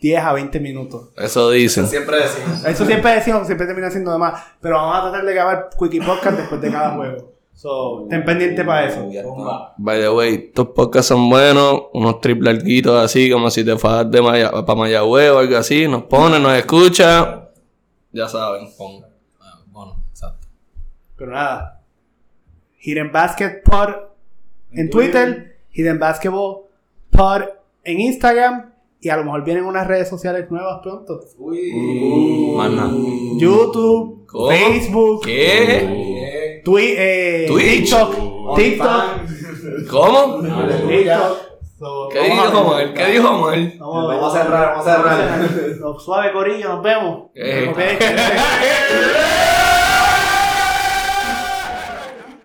S4: 10 a 20 minutos.
S3: Eso dicen.
S1: Siempre decimos.
S4: Eso siempre decimos, siempre termina siendo de más. Pero vamos a tratar de acabar quickie podcast después de cada juego. So, estén pendientes para eso.
S2: Ya está.
S5: Bomba.
S3: By the way, estos podcasts son buenos, unos triple larguitos así, como si te fadas de Maya, para Mayagüez o algo así. Nos ponen, nos escucha. Ya saben.
S2: Pon- ah, Bueno, exacto.
S4: Pero nada. Hidden Basket Pod en Twitter, Hidden Basketball Pod en Instagram. Y a lo mejor vienen unas redes sociales nuevas pronto.
S5: Uy.
S2: Más nada.
S4: YouTube,
S3: ¿Cómo?
S4: Facebook,
S3: ¿Qué?
S5: Bien.
S4: Twi- eh,
S3: Twitch.
S4: TikTok, TikTok,
S3: ¿Cómo?
S4: TikTok. So,
S3: ¿Qué
S4: vamos a-
S3: dijo Omar? ¿Qué dijo Omar?
S4: Vamos a ver.
S1: Vamos a cerrar, vamos a cerrar.
S4: Suave, Corillo, nos vemos.
S3: Eh.
S4: Ok.